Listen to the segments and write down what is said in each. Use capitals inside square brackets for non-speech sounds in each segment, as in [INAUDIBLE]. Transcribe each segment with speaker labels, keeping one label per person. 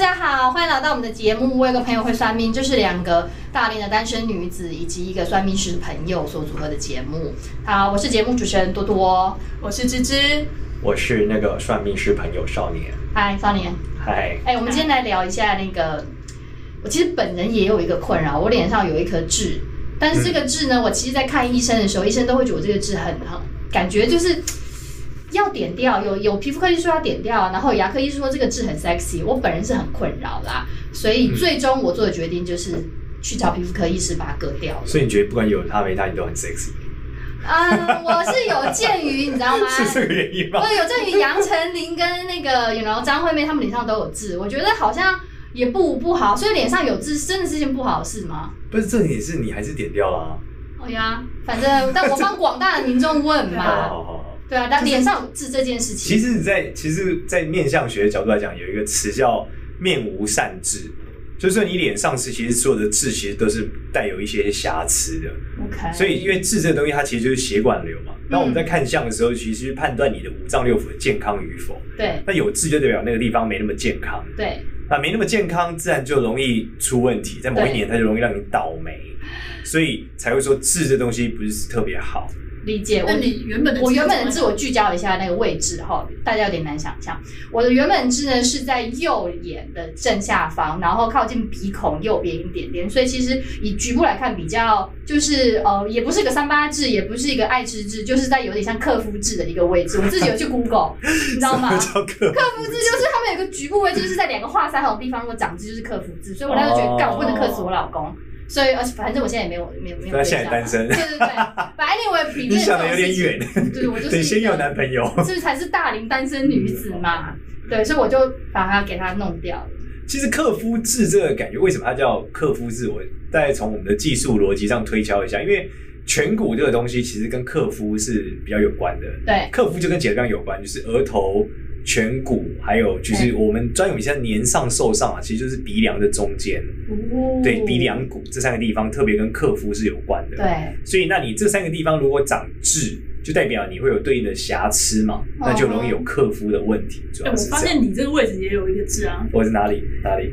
Speaker 1: 家好，欢迎来到我们的节目。我有个朋友会算命，就是两个大龄的单身女子以及一个算命师的朋友所组合的节目。好，我是节目主持人多多。
Speaker 2: 我是芝芝，
Speaker 3: 我是那个算命师朋友少年，
Speaker 1: 嗨，少年。
Speaker 3: 嗨，
Speaker 1: 哎、我们今天来聊一下那个，我其实本人也有一个困扰，我脸上有一颗痣，但是
Speaker 3: 嗯
Speaker 1: 这个痣呢，我其实在看医生的时候，医生都会觉得我这个痣很很，感觉就是要点掉，有有皮肤科医说要点掉，然后有牙科医说这个痣很 sexy，我本人是很困扰啦，所
Speaker 3: 嗯
Speaker 1: 以最终我做的决定就是。去找皮肤科医师把它割掉了。
Speaker 3: 所以你觉得不管有他没他，你都很 sexy，
Speaker 1: 嗯，我是有鉴于你知道吗？
Speaker 3: [LAUGHS] 是这个原因吗
Speaker 1: 我？有鉴于杨丞琳跟那个然后张惠妹他们脸上都有痣，我觉得好像也不不好，所以脸上有痣真的是件不好的事吗？
Speaker 3: 不是重点是你还是点掉了啊
Speaker 1: 哎呀，反正但我帮广大的民众
Speaker 3: [LAUGHS]
Speaker 1: 问
Speaker 3: 啊，好
Speaker 1: 嘛，
Speaker 3: 好好好。
Speaker 1: 对啊，但脸上有痣这件事情，
Speaker 3: 其实在，其实，在面相学的角度来讲，有一个词叫面无善痣，就是说你脸上是其实所有的痣其实都是带有一些瑕疵的。
Speaker 1: OK，
Speaker 3: 所以，因为痣这个东西，它其实就是血管瘤嘛。那我们在看相的时候，其实是判断你的五脏六腑的健康与否。
Speaker 1: 对
Speaker 3: 那有痣就代表那个地方没那么健康。
Speaker 1: 对，
Speaker 3: 啊，没那么健康，自然就容易出问题，在某一
Speaker 1: 对
Speaker 3: 年它就容易让你倒霉，所以才会说痣这东西不是特别好。
Speaker 1: 理解我
Speaker 2: 那你原本的
Speaker 1: 我原本的
Speaker 2: 自
Speaker 1: 痣，我聚焦一下那个位置哈，大家有点难想象。我的原本痣呢是在右眼的正下方，然后靠近鼻孔右边一点点，所以其实以局部来看，比较就是呃，也不是个三八痣，也不是一个爱吃痣，就是在有点像克夫痣的一个位置。我自己有去 Google，你知道
Speaker 2: [LAUGHS]
Speaker 1: 吗？
Speaker 3: 什 [LAUGHS] 么叫克
Speaker 1: 克夫痣就是他们有一个局部位置，就是在两个画腮红的地方，如果长痣就是克夫痣，所以我那时候觉得，
Speaker 3: 哦
Speaker 1: 干、我不能克死我老公。所以，而且反正我现在也没有没有没有
Speaker 3: 那
Speaker 1: 对象
Speaker 3: 现在
Speaker 1: 嘛，
Speaker 3: 单身
Speaker 1: 对对对，反正我也
Speaker 3: [LAUGHS]
Speaker 1: 比
Speaker 3: 你想的有点远，
Speaker 1: 对
Speaker 3: [LAUGHS]
Speaker 1: 我就是
Speaker 3: 得先有男朋友。
Speaker 1: 这才是大龄单身女子嘛。对，所以我就把它给它弄掉了。
Speaker 3: 其实克夫痣这个感觉，为什么它叫克夫痣？我再从我们的技术逻辑上推敲一下，因为颧骨这个东西其实跟克夫是比较有关的。
Speaker 1: 对，
Speaker 3: 克夫就跟解放有关，就是额头、颧骨，还有就是我们专有名词年上受上啊，其实就是鼻梁的中间。对
Speaker 1: 哦
Speaker 3: 鼻梁骨这三个地方特别跟克夫是有关的。，
Speaker 1: 对，。
Speaker 3: 所以那你这三个地方如果长痣，就代表你会有对应的瑕疵嘛，那就容易有克夫的问题。主
Speaker 2: 哦哎
Speaker 3: 要
Speaker 2: 我
Speaker 3: 是
Speaker 2: 发
Speaker 3: 这样。
Speaker 2: 现你这个位置也有一个痣啊，
Speaker 3: 我是哪里哪里？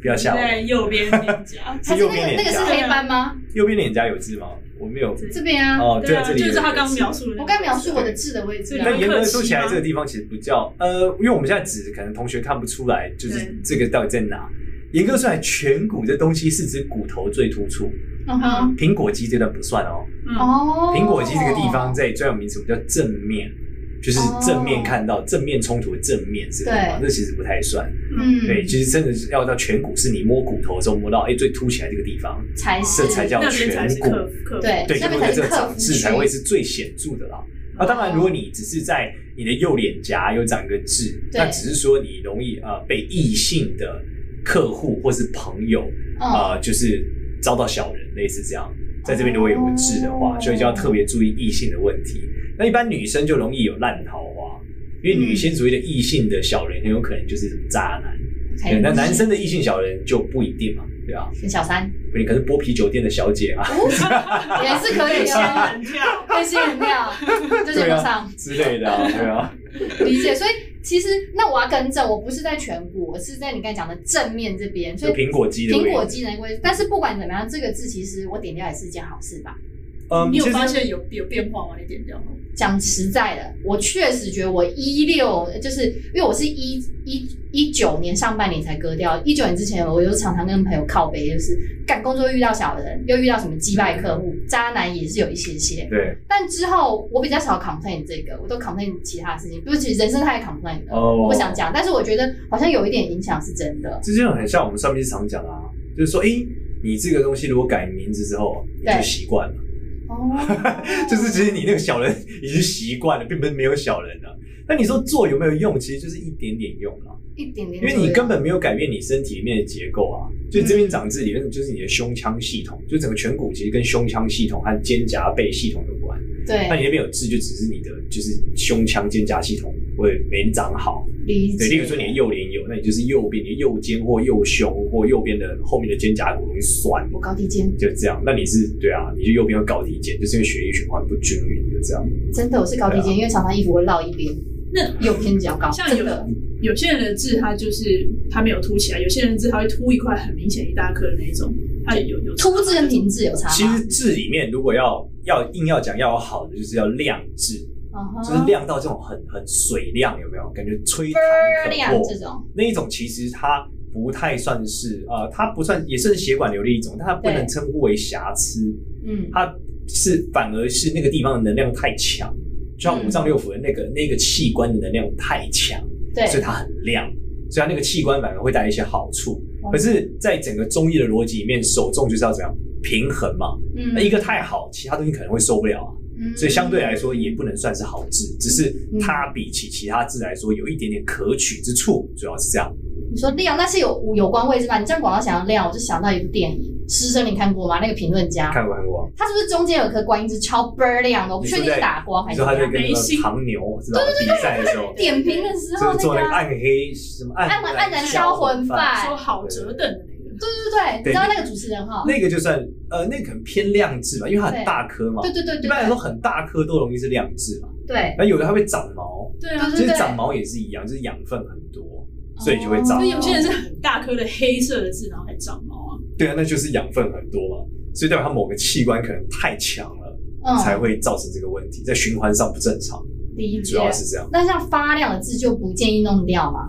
Speaker 3: 不要吓我。
Speaker 2: 在右边脸颊 [LAUGHS]
Speaker 1: 还是
Speaker 3: 右
Speaker 1: 那
Speaker 3: 边
Speaker 1: 个那
Speaker 3: 脸
Speaker 1: 个
Speaker 3: 颊
Speaker 1: 是黑斑吗？
Speaker 3: 右边脸颊有痣吗？我没有。
Speaker 2: 对
Speaker 1: 这边啊，
Speaker 3: [LAUGHS] 哦，
Speaker 2: 对啊，
Speaker 3: 这里
Speaker 2: 就
Speaker 3: 有一
Speaker 2: 是
Speaker 3: 个痣
Speaker 2: 他刚描述的那个。
Speaker 1: 我刚描述我的痣的位置啊。
Speaker 3: 但
Speaker 2: 对
Speaker 3: 严格说起来，这个地方其实不叫呃，因为我们现在指可能同学看不出来，就是
Speaker 2: 对
Speaker 3: 这个到底在哪。严格说来，颧骨这东西是指骨头最突出，
Speaker 1: 嗯哼，
Speaker 3: 苹果肌这段不算哦。
Speaker 2: 嗯，
Speaker 1: 哦，
Speaker 3: 苹果肌这个地方在专有名词我们叫正面，就是正面看到、正面冲突的正面是吧？
Speaker 1: 哦对
Speaker 3: 这其实不太算。
Speaker 1: 嗯，
Speaker 3: 对，其实真的是要到颧骨，是你摸骨头的时候摸到，哎、最凸起来这个地方，
Speaker 1: 才是
Speaker 3: 这才叫
Speaker 2: 那边才是
Speaker 3: 颧骨
Speaker 2: 克服克服。
Speaker 1: 对
Speaker 3: 对，
Speaker 1: 那
Speaker 3: 因
Speaker 1: 边
Speaker 3: 为
Speaker 1: 才
Speaker 3: 在
Speaker 1: 是哦
Speaker 3: 这
Speaker 1: 克
Speaker 3: 个
Speaker 1: 服
Speaker 3: 长痣
Speaker 1: 区
Speaker 3: 才会是最显著的啦。啊，当然，如果你只是在你的右脸颊有长一个痣，
Speaker 1: 对
Speaker 3: 那只是说你容易呃被异性的客户或是朋友
Speaker 1: 嗯，
Speaker 3: 呃，就是遭到小人，类似这样。在这边如果有个痣的话，
Speaker 1: 哦
Speaker 3: 所以就要特别注意异性的问题。那一般女生就容易有烂桃花，因为
Speaker 1: 嗯
Speaker 3: 女性主义的异性的小人很有可能就是什么渣男。
Speaker 1: 才
Speaker 3: 对，那男生的异性小人就不一定嘛，对啊，
Speaker 1: 跟小三
Speaker 3: 你可能剥皮酒店的小姐
Speaker 1: 哦 [LAUGHS]
Speaker 3: 啊
Speaker 1: 也是可以
Speaker 2: 被仙
Speaker 1: 啊， [LAUGHS]
Speaker 2: 人 [LAUGHS] 跳。
Speaker 1: 被吸引 [LAUGHS] 掉，就基
Speaker 3: 对
Speaker 1: 本
Speaker 3: 啊
Speaker 1: 上。
Speaker 3: 之类的啊，对
Speaker 1: [LAUGHS]
Speaker 3: 啊，
Speaker 1: 理解，所以其实那我要更正，我不是在颧骨，我是在你刚才讲的正面这边，所
Speaker 3: 就
Speaker 1: 以
Speaker 3: 苹果肌的位置
Speaker 1: 苹果肌的位置。但是不管怎么样，这个字其实我点掉也是件好事吧。
Speaker 3: 嗯，其
Speaker 2: 你有
Speaker 3: 实
Speaker 2: 发现有有变化吗？你点掉吗？
Speaker 1: 讲实在的，我确实觉得我一六，就是因为我是一一一九年上半年才割掉，一九年之前我就常常跟朋友靠背，就是干工作遇到小人，又遇到什么击败客户、渣男也是有一些些。
Speaker 3: 对，
Speaker 1: 但之后我比较少 complain 这个，我都 complain 其他事情，不是其实人生太 complain 了，
Speaker 3: 哦
Speaker 1: 我不想讲。但是我觉得好像有一点影响是真的，
Speaker 3: 这就很像我们上面常讲的啊，就是说，诶，你这个东西如果改名字之后，你
Speaker 1: 对
Speaker 3: 就习惯了，，
Speaker 1: 哦
Speaker 3: [LAUGHS] 就是其实你那个小人已经习惯了，并不是没有小人了。那你说做有没有用？其实就是一点点用啊，
Speaker 1: 一点点左
Speaker 3: 因为
Speaker 1: 右，
Speaker 3: 你根本没有改变你身体里面的结构啊，就这
Speaker 1: 嗯
Speaker 3: 边长痣里面就是你的胸腔系统，就整个颧骨其实跟胸腔系统和肩胛背系统有关。那
Speaker 1: 对
Speaker 3: 你那边有痣，就只是你的就是胸腔肩胛系统会没长好。
Speaker 1: 理解，
Speaker 3: 对，例如说你的右脸有，那你就是右边你的右肩或右胸或右边的后面的肩胛骨容易酸，
Speaker 1: 我高低肩，
Speaker 3: 就这样。那你是对啊，你就右边会高低肩，就是因为血液循环不均匀，就这样。啊
Speaker 1: 真的我是高低肩，因为常常衣服会落一边，
Speaker 2: 那
Speaker 1: 右边比较高，
Speaker 2: 像
Speaker 1: 真
Speaker 2: 有
Speaker 1: 的
Speaker 2: 有些人的痣它就是它没有凸起来，有些人的痣它会凸一块很明显一大颗的那一种，它有有
Speaker 1: 凸字跟平字有差
Speaker 3: 其
Speaker 1: 吗
Speaker 3: 实？痣里面如果要要硬要讲要有好的，就是要亮痣，
Speaker 1: 嗯哼
Speaker 3: 就是亮到这种很很水亮，有没有？感觉吹
Speaker 1: 倍儿
Speaker 3: 弹
Speaker 1: 亮
Speaker 3: 可破
Speaker 1: 啊这种，
Speaker 3: 那一种，其实它不太算是呃，它不算也算是血管瘤的一种，但它不能
Speaker 1: 对
Speaker 3: 称呼为瑕疵，
Speaker 1: 嗯，
Speaker 3: 它是反而是那个地方的能量太强，就像
Speaker 1: 嗯
Speaker 3: 五脏六腑的那个那个器官的能量太强，
Speaker 1: 对
Speaker 3: 所以它很亮，所以它那个器官反而会带来一些好处。
Speaker 1: 哦
Speaker 3: 可是，在整个中医的逻辑里面，首重就是要怎样平衡嘛。那
Speaker 1: 嗯
Speaker 3: 哎一个太好，其他东西可能会受不了啊，
Speaker 1: 嗯
Speaker 3: 所以相对来说也不能算是好痣，只是它比起其他痣来说有一点点可取之处，主要是这样。
Speaker 1: 你说亮，那是有有关位置吧？你这样广告想要亮，我就想到一部电影《师生》，你看过吗？那个评论家，
Speaker 3: 看过看过，
Speaker 1: 他是不是中间有颗观音是超倍儿亮的？我不
Speaker 3: 你
Speaker 1: 确
Speaker 3: 说
Speaker 1: 定是
Speaker 3: 在
Speaker 1: 打光还
Speaker 3: 你
Speaker 1: 是
Speaker 3: 说他
Speaker 1: 怎
Speaker 3: 在
Speaker 1: 样
Speaker 3: 跟那
Speaker 2: 没
Speaker 3: 个
Speaker 2: 信
Speaker 3: 唐牛知道比赛的时候，
Speaker 1: 点评的时
Speaker 3: 就
Speaker 1: 候
Speaker 3: 是做那个
Speaker 1: 个啊，
Speaker 3: 暗黑什么
Speaker 1: 暗暗燃销魂饭，
Speaker 2: 说好折等的那个，
Speaker 1: 对对对对，你知道那个主持人哈？
Speaker 3: 啊那个就算呃那个可能偏亮痣吧，因为它
Speaker 1: 对
Speaker 3: 很大颗嘛
Speaker 1: 对。对对
Speaker 3: 一
Speaker 1: 对
Speaker 3: 般来说很大颗都容易是亮痣嘛，
Speaker 1: 对
Speaker 3: 那有的它会长毛，
Speaker 2: 对啊，
Speaker 1: 对
Speaker 3: 其
Speaker 1: 对
Speaker 3: 实长毛也是一样，就是养分很多，所以就会长
Speaker 2: 所
Speaker 1: 哦
Speaker 2: 以有些人是很大颗的黑色的痣，然后还长毛啊，
Speaker 3: 对啊，那就是养分很多嘛，所以代表它某个器官可能太强了，
Speaker 1: 嗯
Speaker 3: 才会造成这个问题，在循环上不正常，
Speaker 1: 理
Speaker 3: 主
Speaker 1: 解。
Speaker 3: 要是这样。
Speaker 1: 那像发亮的字就不建议弄掉嘛？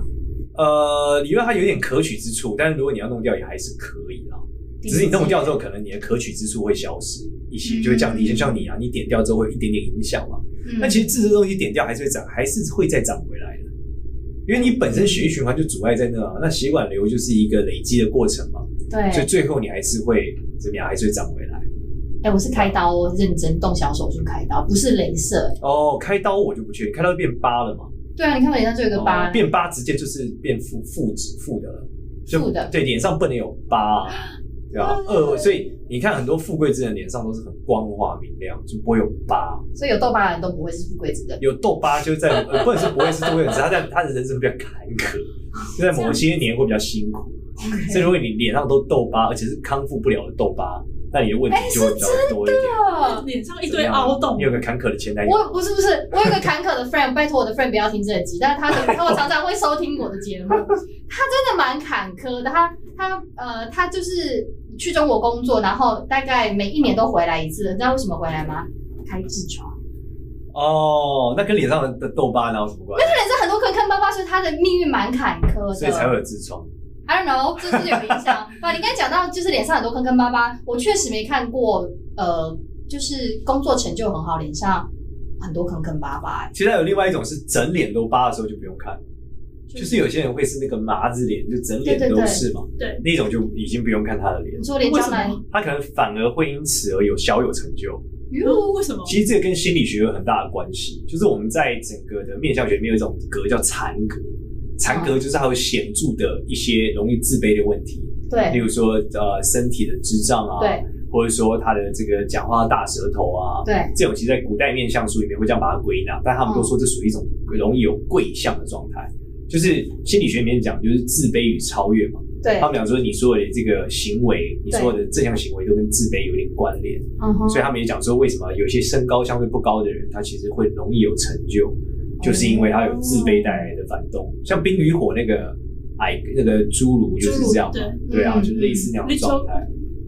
Speaker 3: 呃，理论它有点可取之处，但是如果你要弄掉也还是可以啦，只是你弄掉之后，可能你的可取之处会消失一些，
Speaker 1: 嗯
Speaker 3: 就会降低一些。像你啊，你点掉之后会有一点点影响嘛。
Speaker 1: 嗯，
Speaker 3: 那其实自这东西点掉还是会长，还是会再长回来的，因为你本身血液循环就阻碍在那啊，那血管瘤就是一个累积的过程嘛，所以
Speaker 1: 嗯对，
Speaker 3: 最后你还是会怎么样，还是会长回来。
Speaker 1: 哎，我是开刀哦，认真动小手术开刀，不是镭射。哎
Speaker 3: 哦，开刀我就不确定，开刀变疤了嘛？
Speaker 1: 对啊，你看我脸上就有一个疤
Speaker 3: 哦，变疤直接就是变负负质负的了，就
Speaker 1: 负的
Speaker 3: 对，脸上不能有疤、啊，对吧、
Speaker 1: 嗯
Speaker 3: 呃，所以你看很多富贵之人脸上都是很光滑明亮，就不会有疤。
Speaker 1: 所以有痘疤的人都不会是富贵子的。
Speaker 3: 有痘疤就在，呃不能说不会是富贵之人，他在他的人生比较坎坷，就在某些年会比较辛苦。所以如果你脸上都痘疤，而且是康复不了的痘疤，那你的问题就会比较多一点。
Speaker 1: 哦
Speaker 2: 脸上一
Speaker 3: 一
Speaker 2: 堆凹洞
Speaker 3: 你，有个坎坷的前男友，
Speaker 1: 我不是不是，我有一个坎坷的 friend，拜托我的 friend 不要听这一集，但是他的他我常常会收听我的节目，他真的蛮坎坷的，他他呃他就是去中国工作，然后大概每一年都回来一次，你知道为什么回来吗？开痔疮，
Speaker 3: 哦，那跟脸上的痘疤哪有什么关系？
Speaker 1: 但是很多坑坑巴巴，所以他的命运蛮坎坷的，
Speaker 3: 所以才会有痔疮。
Speaker 1: I don't know，就是有影响。吧，你刚才讲到就是脸上很多坑坑巴巴，我确实没看过，呃，就是工作成就很好，脸上很多坑坑巴巴、欸
Speaker 3: 其实还有另外一种是整脸都疤的时候就不用看了，就是有些人会是那个麻子脸，就整脸都是嘛，
Speaker 2: 对对
Speaker 3: 那种就已经不用看他的脸
Speaker 1: 你，说连江南
Speaker 2: 为什，么
Speaker 3: 他可能反而会因此而有小有成就。
Speaker 2: 哟为什么？
Speaker 3: 其实这个跟心理学有很大的关系，就是我们在整个的面相学里面有一种格叫残格，残格就是它有显著的一些容易自卑的问题，例
Speaker 1: 对
Speaker 3: 如说呃身体的智障啊，
Speaker 1: 对
Speaker 3: 或者说他的这个讲话大舌头啊，
Speaker 1: 对，
Speaker 3: 这种其实在古代面相书里面会这样把它归纳，但他们都说这属于一种容易有贵相的状态，就是心理学里面讲就是自卑与超越嘛。
Speaker 1: 对
Speaker 3: 他，们讲说你所有的这个行为，你
Speaker 1: 对
Speaker 3: 所有的正向行为都跟自卑有点关联，
Speaker 1: 嗯哼
Speaker 3: 所以他们也讲说为什么有些身高相对不高的人，他其实会容易有成
Speaker 1: 哦
Speaker 3: 就，就是因为他有自卑带来的反动。像冰与火那个矮那个侏儒就是这样
Speaker 2: 侏
Speaker 3: 嘛
Speaker 2: 儒，
Speaker 1: 对
Speaker 3: 对啊，
Speaker 1: 嗯
Speaker 3: 就是类似那样的状态，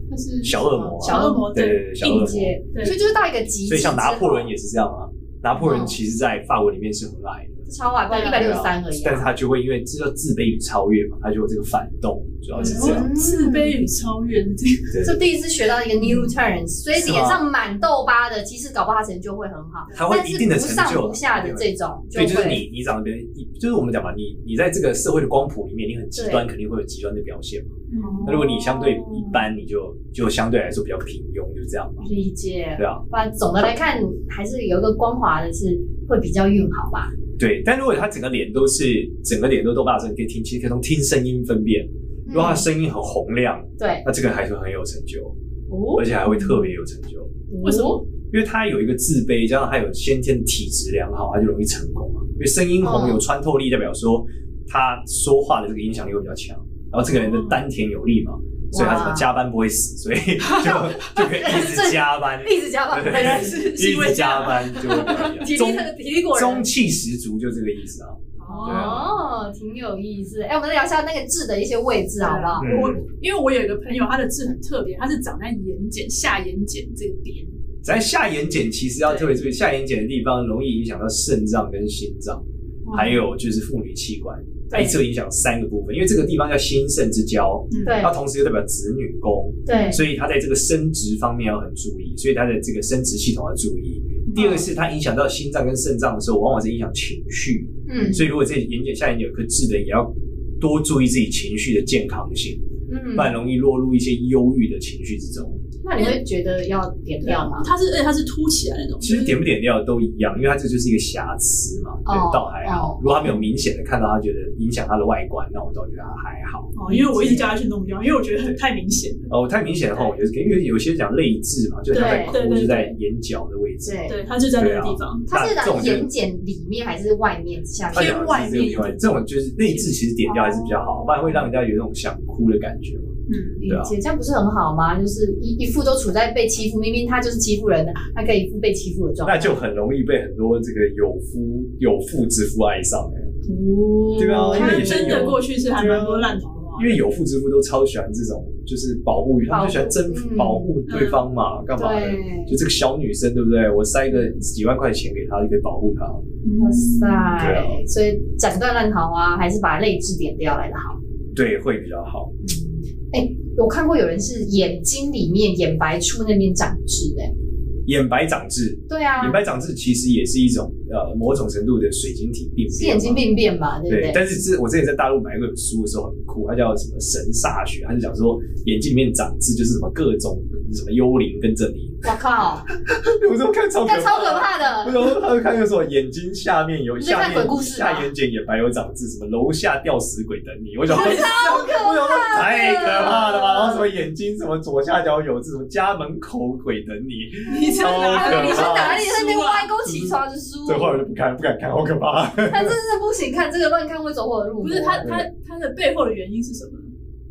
Speaker 2: 那是
Speaker 3: 小恶魔啊
Speaker 2: 小恶魔
Speaker 3: 对
Speaker 2: 对，
Speaker 3: 对对，小恶
Speaker 1: 应
Speaker 3: 魔。
Speaker 1: 接，
Speaker 2: 对
Speaker 1: 所以就是到一个极致之后，嗯
Speaker 3: 所以像拿破仑也是这样啊，拿破仑其实在法文里面是很矮的，
Speaker 1: 超矮，不然一百
Speaker 3: 对
Speaker 1: 六
Speaker 3: 啊
Speaker 1: 十三而已啊。
Speaker 3: 但是他就会因为这叫自卑与超越嘛，他就有这个反动，主要是这样。
Speaker 1: 嗯
Speaker 2: 哦自卑与超越是这样。
Speaker 3: 对
Speaker 1: 这第一次学到一个 new turn，所以
Speaker 3: 是吗
Speaker 1: 脸上满痘疤的，其实搞不好他成就会很好，
Speaker 3: 他会
Speaker 1: 但
Speaker 3: 一
Speaker 1: 是
Speaker 3: 定的
Speaker 1: 不
Speaker 3: 成就啊
Speaker 1: 上不下的这种
Speaker 3: 所以就是
Speaker 1: 会
Speaker 3: 你，你长得别人，就是我们讲嘛，你你在这个社会的光谱里面，你很极端，肯定会有极端的表现嘛。
Speaker 1: 嗯
Speaker 3: 那如果你相对一般，你就就相对来说比较平庸，就这样嘛，
Speaker 1: 理解。
Speaker 3: 对啊，
Speaker 1: 不然总的来看，还是有一个光滑的是会比较运好吧？
Speaker 3: 对。但如果他整个脸都是整个脸都痘疤的时候，你可以听，其实可以从听声音分辨。
Speaker 1: 嗯
Speaker 3: 如果他声音很洪亮，
Speaker 1: 对，
Speaker 3: 那这个人还是很有成就，
Speaker 1: 哦
Speaker 3: 而，且还会特别有成就。
Speaker 2: 为什么？
Speaker 3: 因为他有一个自卑，加上他有先天体质良好，他就容易成功嘛。因为声音红
Speaker 1: 嗯
Speaker 3: 有穿透力，代表说他说话的这个影响力会比较强，然后这个人的丹田有力嘛，所以他怎么加班不会死，所以就就 [LAUGHS] 可以一直加班，
Speaker 1: 一直加班，
Speaker 3: 对
Speaker 2: 原来是 [LAUGHS] 是
Speaker 3: 一
Speaker 2: 因为
Speaker 3: 直
Speaker 2: 这样
Speaker 3: 加班就会比较厉害
Speaker 1: 体力
Speaker 3: 中
Speaker 1: 体力果
Speaker 3: 中
Speaker 1: 人
Speaker 3: 气十足就这个意思啊。对啊
Speaker 1: 哦，挺有意思。哎，我们聊一下那个痣的一些位置好不好？
Speaker 3: 嗯
Speaker 2: 我啊因为我有一个朋友，他的痣很特别，他是长在眼睑下眼睑这个边。
Speaker 3: 咱下眼睑其实要特别注意，下眼睑的地方容易影响到肾脏跟心脏，
Speaker 2: 哇
Speaker 3: 还有就是妇女器官，它
Speaker 2: 对
Speaker 3: 一次会影响三个部分，因为这个地方叫心肾之交，
Speaker 2: 嗯
Speaker 1: 对
Speaker 3: 它同时又代表子女宫，
Speaker 1: 对，
Speaker 3: 所以它在这个生殖方面要很注意，所以它的这个生殖系统要注意。第二个是它影响到心脏跟肾脏的时候，往往是影响情绪，
Speaker 1: 嗯
Speaker 3: 所以如果这眼睑下眼睑有颗痣的，也要多注意自己情绪的健康性，
Speaker 1: 嗯
Speaker 3: 不，然容易落入一些忧郁的情绪之中。
Speaker 1: 嗯那你会觉得要点掉吗？
Speaker 2: 啊它是，而且它是凸起来的那种。
Speaker 3: 其实点不点掉都一样，因为它这就是一个瑕疵嘛，对，
Speaker 1: 哦
Speaker 3: 倒还好。
Speaker 1: 哦
Speaker 3: 如果他没有明显的看到，他觉得影响他的外观，那我倒觉得他还好。
Speaker 2: 哦，因为我一直叫他去弄掉，因为我觉得很太明显了。
Speaker 3: 哦，太明显的话，我觉得因为有些讲泪痣嘛，就是他在
Speaker 2: 对对
Speaker 3: 哭，
Speaker 2: 对
Speaker 3: 就在眼角的位置。
Speaker 1: 对，啊
Speaker 2: 对，他就在那个地方。
Speaker 1: 它是
Speaker 3: 啊那这
Speaker 1: 长
Speaker 3: 种就
Speaker 1: 眼睑里面还是外面下
Speaker 3: 他
Speaker 1: 面？
Speaker 3: 讲的是这个地方，这种就是泪痣，其实点掉还是比较好，不然会让人家有那种想哭的感觉嘛。
Speaker 2: 嗯，
Speaker 1: 理
Speaker 3: 对啊
Speaker 1: 解，这样不是很好吗？就是一一副都处在被欺负，明明他就是欺负人的，他可以一副被欺负的状态。
Speaker 3: 那就很容易被很多这个有夫有妇之夫爱上哎、
Speaker 1: 哦
Speaker 3: 对啊因为
Speaker 2: 他
Speaker 3: 也是
Speaker 2: 真的
Speaker 3: 有
Speaker 2: 过去是还蛮多烂桃花的。
Speaker 3: 因为有妇之夫都超喜欢这种，就是保护欲，他们就喜欢征
Speaker 1: 保护
Speaker 3: 服、
Speaker 1: 嗯
Speaker 3: 保护对方嘛，干嘛的？
Speaker 1: 对
Speaker 3: 就这个小女生，对不对？我塞个几万块钱给她，就可以保护她。
Speaker 1: 哇
Speaker 2: 嗯
Speaker 1: 塞，
Speaker 3: 对啊
Speaker 1: 所以斩断烂桃花、还是把泪痣点掉来的好。
Speaker 3: 对，会比较好。
Speaker 1: 我看过有人是眼睛里面眼白处那边长痣哎、
Speaker 3: 眼白长痣，
Speaker 1: 对啊，
Speaker 3: 眼白长痣其实也是一种呃某种程度的水晶体病变嘛。
Speaker 1: 是眼睛病变嘛，对不
Speaker 3: 对
Speaker 1: 对？，
Speaker 3: 但是这我之前在大陆买过一本书的时候很酷，它叫什么神煞学，它就讲说眼睛里面长痣就是什么各种什么幽灵跟着你。
Speaker 1: 我靠，
Speaker 3: [LAUGHS] 我这么看超可
Speaker 1: 那
Speaker 3: 怕
Speaker 1: 超可怕
Speaker 3: 不 [LAUGHS]
Speaker 1: 的，
Speaker 3: 是，他会看就说眼睛下面有
Speaker 1: 你在看
Speaker 3: 下面
Speaker 1: 鬼故事吧
Speaker 3: 下眼睑眼白有长痣，什么楼下吊死鬼等你，
Speaker 1: [LAUGHS]
Speaker 3: 我想说，我想说太可怕了吧？然后什么眼睛什么左下角有痣，什么家门口鬼等你，
Speaker 2: 嗯你是哪
Speaker 3: 超可怕
Speaker 1: 你是哪里？
Speaker 2: 里？书啊
Speaker 1: 那边歪勾起床的书，
Speaker 3: 所以后来我就不看，不敢看，好可怕。
Speaker 1: 但真是不行，看这个乱看会走火入魔。
Speaker 2: 不是他他他的背后的原因是什么呢？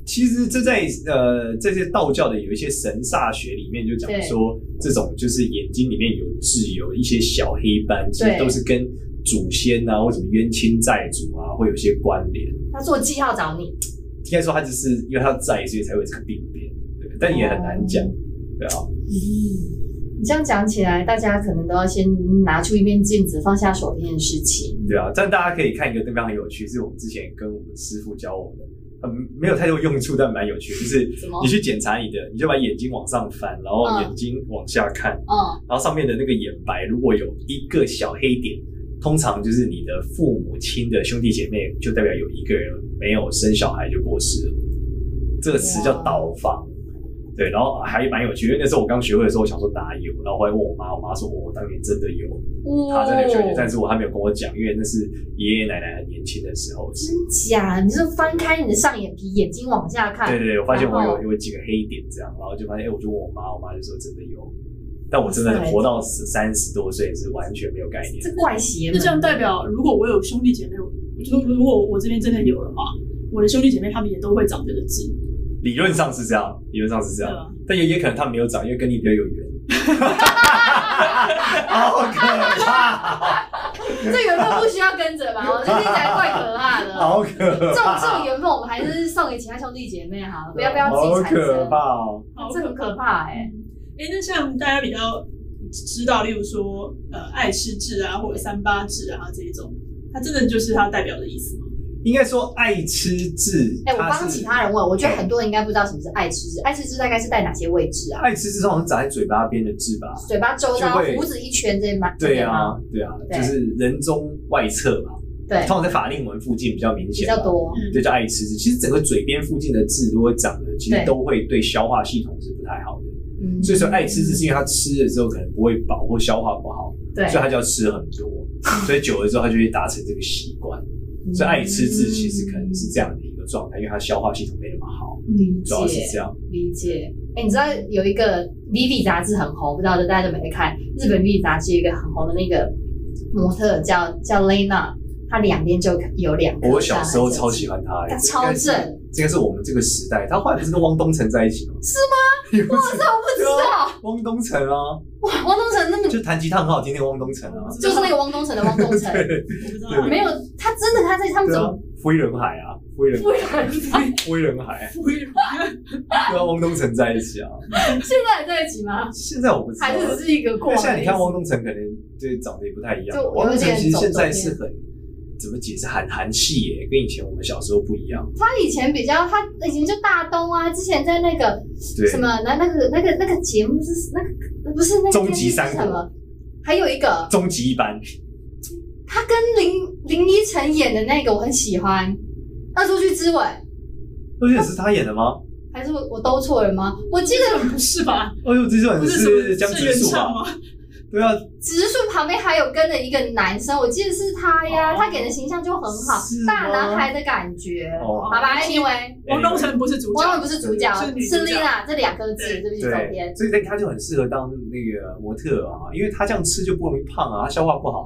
Speaker 3: 其实这在呃这些道教的有一些神煞学里面就讲说，这种就是眼睛里面有痣，有一些小黑斑，其实
Speaker 1: 对
Speaker 3: 都是跟祖先啊或什么冤亲债主啊会有一些关联。
Speaker 1: 他做记号找你，
Speaker 3: 应该说他就是因为他在，所以才会有这个病变，对，但也很难讲，对啊，
Speaker 1: 你这样讲起来，大家可能都要先拿出一面镜子，放下手边的事情。
Speaker 3: 对啊。但大家可以看一个地方很有趣，是我们之前跟我们师傅教我们的，嗯，没有太多用处，但蛮有趣的，就是
Speaker 1: 怎么
Speaker 3: 你？去检查你的，你就把眼睛往上翻，然后
Speaker 1: 嗯
Speaker 3: 眼睛往下看，
Speaker 1: 嗯，
Speaker 3: 然后上面的那个眼白如果有一个小黑点，通常就是你的父母亲的兄弟姐妹，就代表有一个人没有生小孩就过世了。这个词叫倒房。对，然后还蛮有趣，因为那时候我刚学会的时候，我想说哪有，然后后来问我妈，我妈说我当年真的有，她真的有小姐，但是我还没有跟我讲，因为那是爷爷奶奶很年轻的时候的事。
Speaker 1: 真假？你是翻开你的上眼皮，眼睛往下看，
Speaker 3: 对对对，我发现我
Speaker 1: 然
Speaker 3: 有
Speaker 1: 后
Speaker 3: 有几个黑点这样，然后就发现，哎，我就问我妈，我妈就说真的有，但我真的活到十三十多岁是完全没有概念。
Speaker 1: 这怪邪
Speaker 2: 那这样
Speaker 1: 门。
Speaker 2: 代表，如果我有兄弟姐妹，我觉得如果我这边真的有的话，我的兄弟姐妹他们也都会长这个痣，
Speaker 3: 理论上是这样，理论上是这
Speaker 2: 对啊
Speaker 3: 样，
Speaker 1: 啊
Speaker 2: 吧？
Speaker 3: 但也也可能他们没有长，因为跟你比较有 [LAUGHS] 缘。好可怕，
Speaker 1: 这缘分不需要跟着吧？我这听起来怪可怕的。
Speaker 3: [LAUGHS] 好啊可
Speaker 1: 这种
Speaker 3: 怕，
Speaker 1: 这种缘分，我们还是送给其他兄弟姐妹好了，不要不要自
Speaker 3: 好
Speaker 1: 己产
Speaker 3: 可
Speaker 1: 生，
Speaker 3: 怕哦！
Speaker 2: 好
Speaker 1: 这很可怕哎、
Speaker 2: 哎、那像大家比较知道，例如说呃爱吃痣啊，或者三八痣啊这一种，它真的就是它代表的意思吗？
Speaker 3: 应该说爱吃痣，
Speaker 1: 哎、我
Speaker 3: 它
Speaker 1: 帮
Speaker 3: 是
Speaker 1: 其他人问，我觉得很多人应该不知道什么是爱吃痣，爱吃痣大概是在哪些位置啊？
Speaker 3: 爱吃痣，通常是长在嘴巴边的痣吧？
Speaker 1: 嘴巴周
Speaker 3: 就
Speaker 1: 遭，
Speaker 3: 会
Speaker 1: 胡子一圈这边吗？这
Speaker 3: 对
Speaker 1: 边
Speaker 3: 啊
Speaker 1: 吗，
Speaker 3: 对啊，
Speaker 1: 对
Speaker 3: 就是人中外侧嘛，
Speaker 1: 对
Speaker 3: 通，常在法令纹附近比较明
Speaker 1: 比
Speaker 3: 显，
Speaker 1: 较。多。
Speaker 2: 嗯，
Speaker 3: 就叫爱吃痣。其实整个嘴边附近的痣，如果长了，其实
Speaker 1: 对
Speaker 3: 都会对消化系统是不太好的。
Speaker 1: 嗯
Speaker 3: 所以说爱吃痣是因为它吃了之后可能不会饱或消化不好，
Speaker 1: 对，
Speaker 3: 所以它就要吃很
Speaker 1: [LAUGHS]
Speaker 3: 多，所以久了之后它就会达成这个习惯。
Speaker 1: 嗯
Speaker 3: 所以爱吃痣其实可能是这样的一个状态，因为它消化系统没那么好，
Speaker 1: 嗯理
Speaker 3: 主要是这
Speaker 1: 解
Speaker 3: 样。
Speaker 1: 理解。哎、你知道有一个《Vivi》杂志很红，不知道大家有没有在看？日本《Vivi》杂志有一个很红的那个模特叫叫 Lena，她两边就有两颗。
Speaker 3: 我小时候超喜欢它，
Speaker 1: 她超正，
Speaker 3: 这个是我们这个时代。他后来不是跟汪东城在一起吗？ [LAUGHS] 是吗？我知道，
Speaker 1: 我不知道，
Speaker 3: 汪东城啊，
Speaker 1: 哇，汪东城那么
Speaker 3: 就弹吉他很好听那个汪东城啊
Speaker 2: 我不。知
Speaker 1: 就是那个汪东城的汪东城，
Speaker 3: [LAUGHS] 对
Speaker 2: 我不知道
Speaker 3: 对
Speaker 2: 它，
Speaker 1: 没有，他真的他在他们怎么
Speaker 3: 飞轮海啊，飞轮
Speaker 1: 不然
Speaker 3: 飞轮海，
Speaker 2: 不会
Speaker 3: 对啊，汪东城在一起啊。
Speaker 1: 现在还在一起吗？
Speaker 3: 现在我不知道
Speaker 1: 还是
Speaker 3: 了，
Speaker 1: 只是一个过
Speaker 3: 但
Speaker 1: 往
Speaker 3: 现
Speaker 1: 的意
Speaker 3: 在
Speaker 1: 思？
Speaker 3: 你看汪东城，可能对长得也不太一样
Speaker 1: 就。有
Speaker 3: 汪东城
Speaker 1: 点
Speaker 3: 其实
Speaker 1: 走
Speaker 3: 现在
Speaker 1: 走偏
Speaker 3: 是很怎么解释韩韩系耶，跟以前我们小时候不一样。
Speaker 1: 他以前比较，他以前就大东啊，之前在那个
Speaker 3: 对，
Speaker 1: 什么那那个那个那个节目是那个不是那个
Speaker 3: 终
Speaker 1: 电
Speaker 3: 极
Speaker 1: 视
Speaker 3: 三
Speaker 1: 是
Speaker 3: 国
Speaker 1: 什么？还有一个
Speaker 3: 终极一班，
Speaker 1: 他跟林林依晨演的那个我很喜欢，《恶作剧之吻》
Speaker 3: 而且是他演
Speaker 1: [LAUGHS]
Speaker 3: 的吗？
Speaker 1: 还是我我兜错了吗？我记得
Speaker 2: 不是吧？
Speaker 3: 哎呦，这
Speaker 2: 不
Speaker 3: 首
Speaker 2: 是什么
Speaker 3: 江
Speaker 2: 是
Speaker 3: 直
Speaker 2: 原
Speaker 3: 树
Speaker 2: 唱
Speaker 3: 吧？
Speaker 2: 吗？
Speaker 3: 对啊，
Speaker 1: 植树旁边还有跟着一个男生，我记得是他呀，
Speaker 3: 哦
Speaker 1: 他给的形象就很好
Speaker 3: 是，吗
Speaker 1: 大男孩的感觉。
Speaker 3: 哦
Speaker 1: 好吧，Anyway，
Speaker 3: 哎
Speaker 2: 王东城不是主
Speaker 1: 汪
Speaker 2: 角，
Speaker 1: 汪不是主角，
Speaker 2: 是女主角啊
Speaker 1: 是 Lina 这两个字，
Speaker 2: 对
Speaker 1: 对不起，走
Speaker 3: 对，
Speaker 1: 偏。
Speaker 3: 所以他就很适合当那个模特啊，因为他这样吃就不容易胖啊，他消化
Speaker 1: [LAUGHS]
Speaker 3: 不好，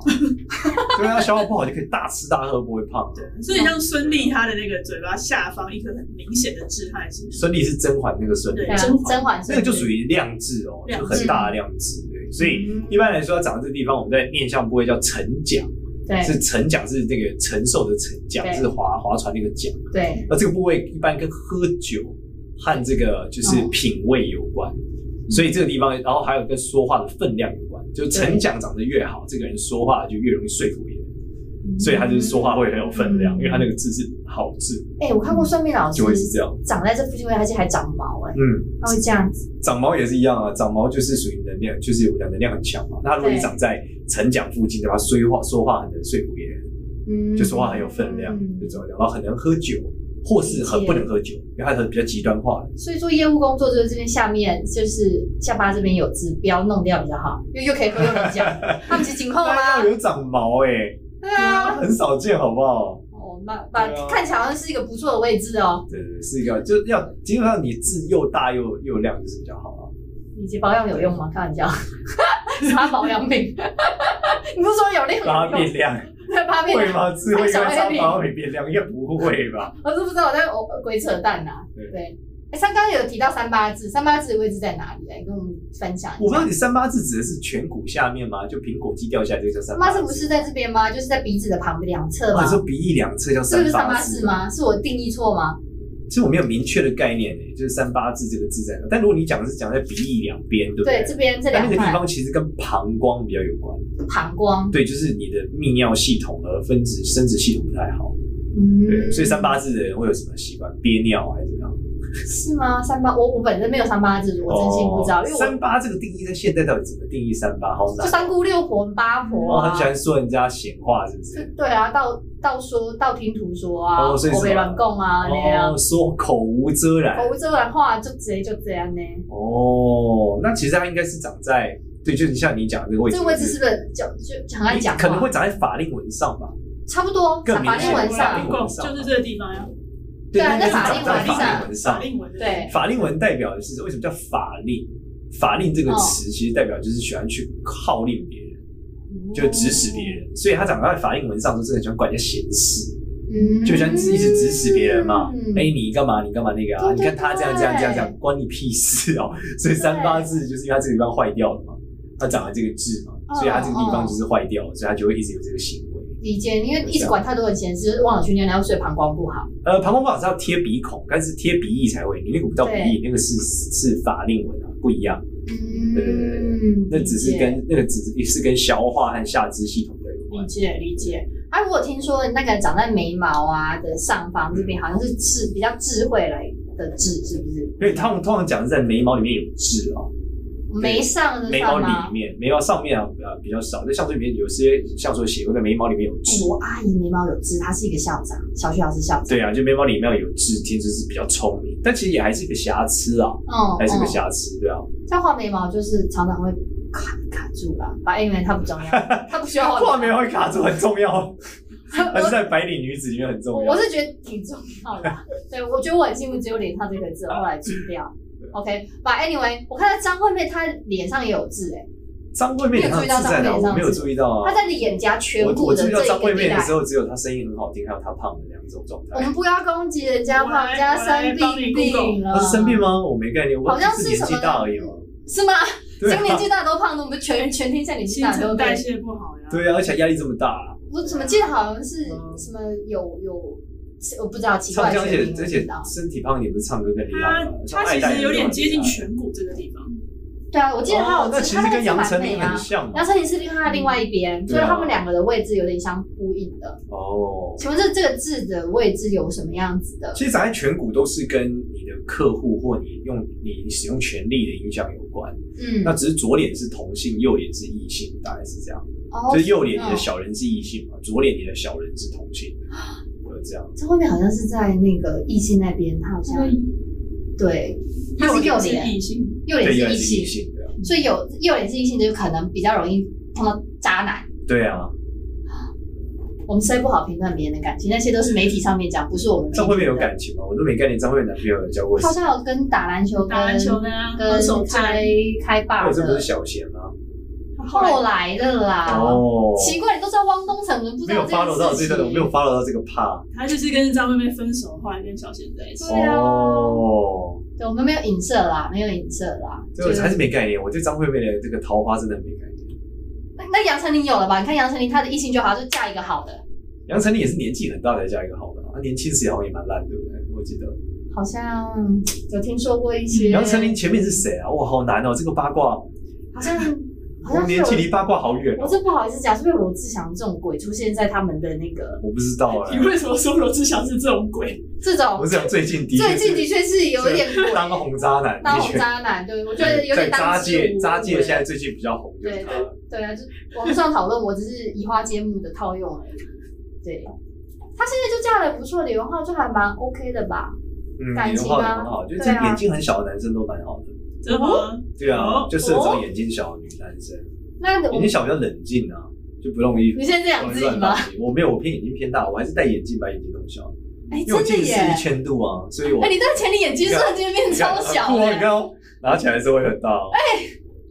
Speaker 3: 对啊，消化不好就可以大吃大喝，不会胖的。
Speaker 2: 所以像孙俪她的那个嘴巴下方一颗很明显的痣，她也是
Speaker 3: 孙俪是甄嬛那个孙
Speaker 1: 对
Speaker 3: 俪
Speaker 1: 啊，，
Speaker 2: 甄嬛
Speaker 1: 甄嬛
Speaker 3: 那个就属
Speaker 1: 于
Speaker 3: 于量质哦，
Speaker 2: 量
Speaker 3: 就
Speaker 2: 质
Speaker 3: 很大的量质，对，所以。一般来说，它长到这个地方，我们在面相部位叫承桨，
Speaker 1: 对
Speaker 3: 是承桨是那个承受的承桨，
Speaker 1: 对
Speaker 3: 是划划船那个桨。
Speaker 1: 对
Speaker 3: 那这个部位一般跟喝酒和这个
Speaker 1: 哦
Speaker 3: 就是品味有关，
Speaker 1: 嗯
Speaker 3: 所以这个地方，然后还有跟说话的分量有关。就成讲长得越好，这个人说话就越容易说服别人，所以他就是说话会很有分量，
Speaker 1: 嗯
Speaker 3: 因为他那个字是好字，
Speaker 1: 哎、我看过算命老师
Speaker 3: 就会是这样。
Speaker 1: 长在这附近，而且还长毛、哎，
Speaker 3: 嗯，
Speaker 1: 他会这样子，
Speaker 3: 长毛也是一样啊，长毛就是属于能量，就是我讲能量很强嘛。那他如果
Speaker 1: 对
Speaker 3: 你长在成讲附近，对吧？说话说话很能说服别人，
Speaker 1: 嗯，
Speaker 3: 就说话很有分量，就
Speaker 1: 嗯
Speaker 3: 这种然后很能喝酒，或是很不能喝酒，因为他是比较极端化的。
Speaker 1: 所以做业务工作就是这边下面就是下巴这边有痣，不要弄掉比较好，因为又可以喝又能讲， [LAUGHS] 他们是颈后
Speaker 3: 大
Speaker 1: 吗
Speaker 3: 家？有长毛 [LAUGHS] 哎、欸，
Speaker 1: 对啊，
Speaker 3: 很少见，好不好？
Speaker 1: 哦，那把
Speaker 3: 对啊
Speaker 1: 看起来好像是一个不错的位置哦，
Speaker 3: 对对对，是一个，就是要基本上你字又大又又亮就是比较好啊。
Speaker 1: 以及保养有用吗？开 [LAUGHS] 玩笑，擦保养品， [LAUGHS] 你不是说有那
Speaker 3: 让它
Speaker 1: 个有
Speaker 3: 变
Speaker 1: 用？
Speaker 3: 亮，
Speaker 1: 对，八
Speaker 3: 会
Speaker 1: [LAUGHS] 变，
Speaker 3: 吗？字会因为
Speaker 1: 小
Speaker 3: 长
Speaker 1: baby
Speaker 3: 毛会变亮？应该不会吧？
Speaker 1: 我是不知道我在我鬼扯淡呐、
Speaker 3: 对
Speaker 1: 对，哎，三刚刚有提到三八字，三八字的位置在哪里？来跟我们分享一
Speaker 3: 我不知
Speaker 1: 下。
Speaker 3: 道你三八字指的是颧骨下面吗？就苹果肌掉下来就叫三
Speaker 1: 三
Speaker 3: 八
Speaker 1: 八
Speaker 3: 字？
Speaker 1: 字不是在这边吗？就是在鼻子的旁边两侧
Speaker 3: 哦，
Speaker 1: 吗
Speaker 3: 你？说鼻翼两侧叫
Speaker 1: 是不
Speaker 3: 三
Speaker 1: 是三八
Speaker 3: 八
Speaker 1: 字？吗？是我定义错吗？
Speaker 3: 其实我没有明确的概念诶、就是三八字这个字在哪？但如果你讲的是讲在鼻翼两边，对不
Speaker 1: 对，这边这
Speaker 3: 那
Speaker 1: 两
Speaker 3: 那个地
Speaker 1: 块
Speaker 3: 方其实跟膀胱比较有关，
Speaker 1: 膀胱，
Speaker 3: 对，就是你的泌尿系统和分子生殖系统不太好。
Speaker 1: 嗯
Speaker 3: 对，所以三八字的人会有什么习惯？憋尿啊还是怎么样？
Speaker 1: 是吗？三八，我我本身没有三八字，我真心不知道，
Speaker 3: 哦
Speaker 1: 因为
Speaker 3: 三
Speaker 1: 我
Speaker 3: 八这个定义在现代到底怎么定义三八？好难。
Speaker 1: 就三姑六婆八婆
Speaker 3: 哦，
Speaker 1: 啊，
Speaker 3: 很喜欢说人家闲话，是不？
Speaker 1: 就是
Speaker 3: 哦
Speaker 1: 对啊，道道说道听途说啊，
Speaker 3: 哦所以是
Speaker 1: 口碑乱供啊那样哦
Speaker 3: 哦，，说口无遮拦。
Speaker 1: 口无遮拦话就直接就这样呢。
Speaker 3: 哦，那其实它应该是长在对，就是像你讲的这个位置，
Speaker 1: 这个位置是不是就就就很爱讲
Speaker 3: 可能
Speaker 1: 话
Speaker 3: 会？长在法令纹上吧？
Speaker 1: 差不多，
Speaker 3: 更明
Speaker 1: 法
Speaker 3: 显
Speaker 1: 令纹
Speaker 3: 法
Speaker 1: 上
Speaker 3: 令，纹上
Speaker 2: 就是这个地方呀，
Speaker 1: 对啊在
Speaker 3: 那就是
Speaker 1: 法
Speaker 3: 长
Speaker 1: 令
Speaker 3: 在
Speaker 1: 纹上
Speaker 3: 法令纹上。
Speaker 2: 法令纹的
Speaker 1: 对
Speaker 3: 法令纹代表的是为什么叫法令？法令这个
Speaker 1: 哦
Speaker 3: 词其实代表就是喜欢去号令别人。
Speaker 1: 嗯
Speaker 3: 就指使别人，所以他长在法令纹上，就是很喜欢管人家闲事，
Speaker 1: 嗯
Speaker 3: 就喜欢一直指使别人嘛。哎、
Speaker 1: 哎，
Speaker 3: 你干嘛？你干嘛那个啊？
Speaker 1: 对对
Speaker 3: 你看他这样这样这样
Speaker 1: 对
Speaker 3: 这样，关你屁事哦！ [LAUGHS] 所以三八字就是因为他这个地方坏掉了嘛，他长了这个痣嘛，
Speaker 1: 嗯
Speaker 3: 所以他这个地方就是坏掉了，所以他就会一直有这个行为。
Speaker 1: 理解，因为一直管太多的闲事，忘了去尿尿，所以膀胱不好。
Speaker 3: 呃，膀胱不好是要贴鼻孔，但是贴鼻翼才会，你那个不叫鼻翼，那个是是法令纹啊，不一样。对对对
Speaker 1: 嗯，
Speaker 3: 那只是
Speaker 1: 理解
Speaker 3: 跟那个只是是跟消化和下肢系统的有关
Speaker 1: 理。解理解。哎、啊，我有听说那个长在眉毛啊的上方这
Speaker 3: 嗯
Speaker 1: 边，好像是智比较智慧来的智，是不是？
Speaker 3: 因为他们通常讲的是在眉毛里面有痣啊，
Speaker 1: 眉上的
Speaker 3: 眉毛
Speaker 1: 算
Speaker 3: 里
Speaker 1: 吗？
Speaker 3: 面，眉毛上面啊呃比较少，在像素里面有些像素写过在眉毛里面有
Speaker 1: 哎
Speaker 3: 痣。
Speaker 1: 我阿姨眉毛有痣，她是一个校长，小学老师校长。
Speaker 3: 对啊，就眉毛里面有痣，听说是比较聪明，但其实也还是一个瑕疵啊，
Speaker 1: 嗯，
Speaker 3: 还是个
Speaker 1: 嗯
Speaker 3: 瑕疵，对啊。
Speaker 1: 像画眉毛就是常常会卡卡住啦，反正因为它不重
Speaker 3: [LAUGHS]
Speaker 1: 要，它不需要
Speaker 3: 画
Speaker 1: 画
Speaker 3: 眉毛会卡住很重要， [LAUGHS] 还是
Speaker 1: 我
Speaker 3: 在白领女子里面很重
Speaker 1: 我
Speaker 3: 要
Speaker 1: 我。是觉得挺重要的啊，对我觉得我很幸运，只有脸上这个痣，我后来去
Speaker 3: [LAUGHS]
Speaker 1: 掉。OK，把 anyway，我看到张惠妹她脸上也有痣哎、
Speaker 3: 张惠妹脸上的痣在哪？我没有注意到啊
Speaker 1: 她。在脸颊颧
Speaker 3: 我
Speaker 1: 骨
Speaker 3: 我
Speaker 1: 的这
Speaker 3: 注意
Speaker 1: 一个
Speaker 3: 到张惠
Speaker 1: 地
Speaker 3: 妹的
Speaker 1: 带哦
Speaker 3: 时。候，只有她声音很好听，还有她胖的两种状
Speaker 1: 我
Speaker 3: 态。
Speaker 1: 们不要攻击人家，
Speaker 2: 我
Speaker 1: 怕
Speaker 2: 来
Speaker 1: 人家生病病了。
Speaker 3: 她是生病？吗？我没概念，我
Speaker 1: 嗯好像
Speaker 3: 只
Speaker 1: 是
Speaker 3: 年
Speaker 1: 什
Speaker 3: 纪
Speaker 1: 么
Speaker 3: 大而已嘛。
Speaker 1: 是吗？
Speaker 3: 对
Speaker 1: 这
Speaker 3: 啊
Speaker 1: 个，年纪大都胖的，我们全全天下年纪
Speaker 2: 新
Speaker 1: 大都
Speaker 2: 陈代
Speaker 1: 对。
Speaker 2: 谢不好呀。
Speaker 3: 对啊，而且压力这么大，
Speaker 1: 我怎么记得好像是
Speaker 3: 嗯
Speaker 1: 什么有有我不知道奇
Speaker 3: 唱
Speaker 1: 怪
Speaker 3: 腔
Speaker 1: 的
Speaker 3: 而
Speaker 1: 学
Speaker 3: 且
Speaker 1: 名，我
Speaker 3: 而
Speaker 1: 不
Speaker 3: 且
Speaker 1: 知道。
Speaker 3: 身体胖一点不是唱歌更厉害
Speaker 2: 它
Speaker 3: 吗？像
Speaker 2: 它
Speaker 3: 爱
Speaker 2: 其
Speaker 3: 戴
Speaker 2: 实有
Speaker 3: 那
Speaker 2: 点
Speaker 3: 种
Speaker 2: 接近
Speaker 3: 很厉害
Speaker 2: 颧骨这个地方，
Speaker 1: 对啊，我记得他有
Speaker 3: 哦那
Speaker 1: 字
Speaker 3: 其
Speaker 1: 他
Speaker 3: 实
Speaker 1: 那个
Speaker 3: 跟
Speaker 1: 字
Speaker 3: 杨
Speaker 1: 蛮
Speaker 3: 丞
Speaker 1: 美
Speaker 3: 琳很
Speaker 1: 啊。
Speaker 3: 像嘛
Speaker 1: 杨。丞琳是它另外一边，所以
Speaker 3: 对啊
Speaker 1: 他们两个的位置有点相呼应的。
Speaker 3: 哦，
Speaker 1: 请问这这个字的位置有什么样子的？
Speaker 3: 其实展现颧骨都是跟你的客户或你用你使用权力的影响有关。那
Speaker 1: 嗯，
Speaker 3: 只是左脸是同性，右脸是异性，大概是这样。
Speaker 1: 哦
Speaker 3: 就是右脸你的
Speaker 1: 哦
Speaker 3: 小人是异性嘛，左脸你的小人是同性，
Speaker 1: 啊
Speaker 3: 就这样。
Speaker 1: 这后面好像是在那个异性那边，他好像对，它是右
Speaker 2: 是
Speaker 1: 脸，
Speaker 2: 异性，
Speaker 1: 右脸
Speaker 3: 对，右
Speaker 1: 是
Speaker 3: 脸
Speaker 1: 异
Speaker 3: 是异
Speaker 1: 性，
Speaker 3: 性，对啊，
Speaker 1: 所以有右脸是异性的，就可能比较容易碰到渣男。
Speaker 3: 对啊。
Speaker 1: 我们实在不好评断别人的感情，那些都是媒体上面讲，不是我们。
Speaker 3: 张惠妹有？感情吗？我都没概念。张惠妹男朋友有交过
Speaker 1: 好
Speaker 3: 谁？
Speaker 1: 像有跟打篮球、
Speaker 2: 打篮球
Speaker 1: 跟
Speaker 2: 的啊，和手
Speaker 1: 跟
Speaker 2: 战
Speaker 1: 开，开
Speaker 3: 那
Speaker 1: bar
Speaker 3: 这不是
Speaker 1: 的，
Speaker 3: 小贤吗？
Speaker 1: 后来的啦。
Speaker 3: 哦，
Speaker 1: 奇怪，你都知道汪东城，你不知
Speaker 3: 没
Speaker 1: 道
Speaker 3: 有
Speaker 1: 这
Speaker 3: follow 到
Speaker 1: 件
Speaker 3: 这
Speaker 1: 事
Speaker 3: 段，我
Speaker 1: 情？
Speaker 3: 没有 follow 到这个 part。
Speaker 2: 他就是跟张惠妹分手，后来跟小贤在一起。
Speaker 1: 对啊
Speaker 3: 哦，
Speaker 1: 对，我们没有影射啦，没有影射啦。
Speaker 3: 这个我还
Speaker 1: 就是
Speaker 3: 没概念。我对张惠妹的这个桃花真的没概念。
Speaker 1: 那那杨丞琳有了吧？你看杨丞琳，她的异性就好，就嫁一个好的，
Speaker 3: 杨丞琳也是年纪很大才嫁一个好的啊，她年轻时好像也蛮烂，对不对？我
Speaker 1: [LAUGHS]
Speaker 3: 记得
Speaker 1: 好像有听说过一些。
Speaker 3: 嗯杨丞琳前面是谁啊？哇，好难哦，这个八卦，
Speaker 1: 好像好
Speaker 3: 我
Speaker 1: 像
Speaker 3: 们
Speaker 1: 是
Speaker 3: 年
Speaker 1: 有
Speaker 3: 纪离八卦好远
Speaker 1: 我
Speaker 3: 哦。
Speaker 1: 真不好意思讲，是不是有罗志祥这种鬼出现在他们的那个
Speaker 3: 我不知道哎
Speaker 2: [LAUGHS] 你，为什么说罗志祥是这种鬼？
Speaker 1: 这
Speaker 3: [LAUGHS] 我
Speaker 1: 种？
Speaker 3: 是讲最近的确
Speaker 1: 最
Speaker 3: 是，
Speaker 1: 近的确是有一点鬼，
Speaker 3: 当个红渣男，
Speaker 1: 当
Speaker 3: [LAUGHS] 的
Speaker 1: 红
Speaker 3: 确。
Speaker 1: 渣男，对我觉得有
Speaker 3: 在
Speaker 1: 点当
Speaker 3: 渣
Speaker 1: 之
Speaker 3: 界，
Speaker 1: 无
Speaker 3: 渣界
Speaker 1: 味
Speaker 3: 现在最近比较红，就是他了。
Speaker 1: 对啊，就网上讨论，我只是移花接木的套用而已。对，她现在就嫁了不错的，原话就还蛮 OK 的吧？
Speaker 3: 嗯，
Speaker 1: 感
Speaker 3: 你的
Speaker 1: 情
Speaker 3: 话
Speaker 1: 吗
Speaker 3: 很好，就是
Speaker 1: 对啊
Speaker 3: 眼睛很小的男生都蛮好的。
Speaker 2: 真的吗？
Speaker 3: 对啊
Speaker 2: 哦，
Speaker 3: 就适合找眼睛小的女男生，
Speaker 1: 那我
Speaker 3: 眼睛小比较冷静啊，就不容易。
Speaker 1: 你现在这样自己吗？？
Speaker 3: 我没有，我偏眼睛偏大，我还是戴眼镜把眼睛弄小，
Speaker 1: 哎，
Speaker 3: 因为我
Speaker 1: 真的
Speaker 3: 近视
Speaker 1: 耶
Speaker 3: 一！千度啊，所以我
Speaker 1: 哎，你这个前提眼睛瞬间变
Speaker 3: 你看
Speaker 1: 超小
Speaker 3: [LAUGHS] 很酷哦，你
Speaker 1: 耶！
Speaker 3: 看哦，拿起来的时候会很大哦，哎，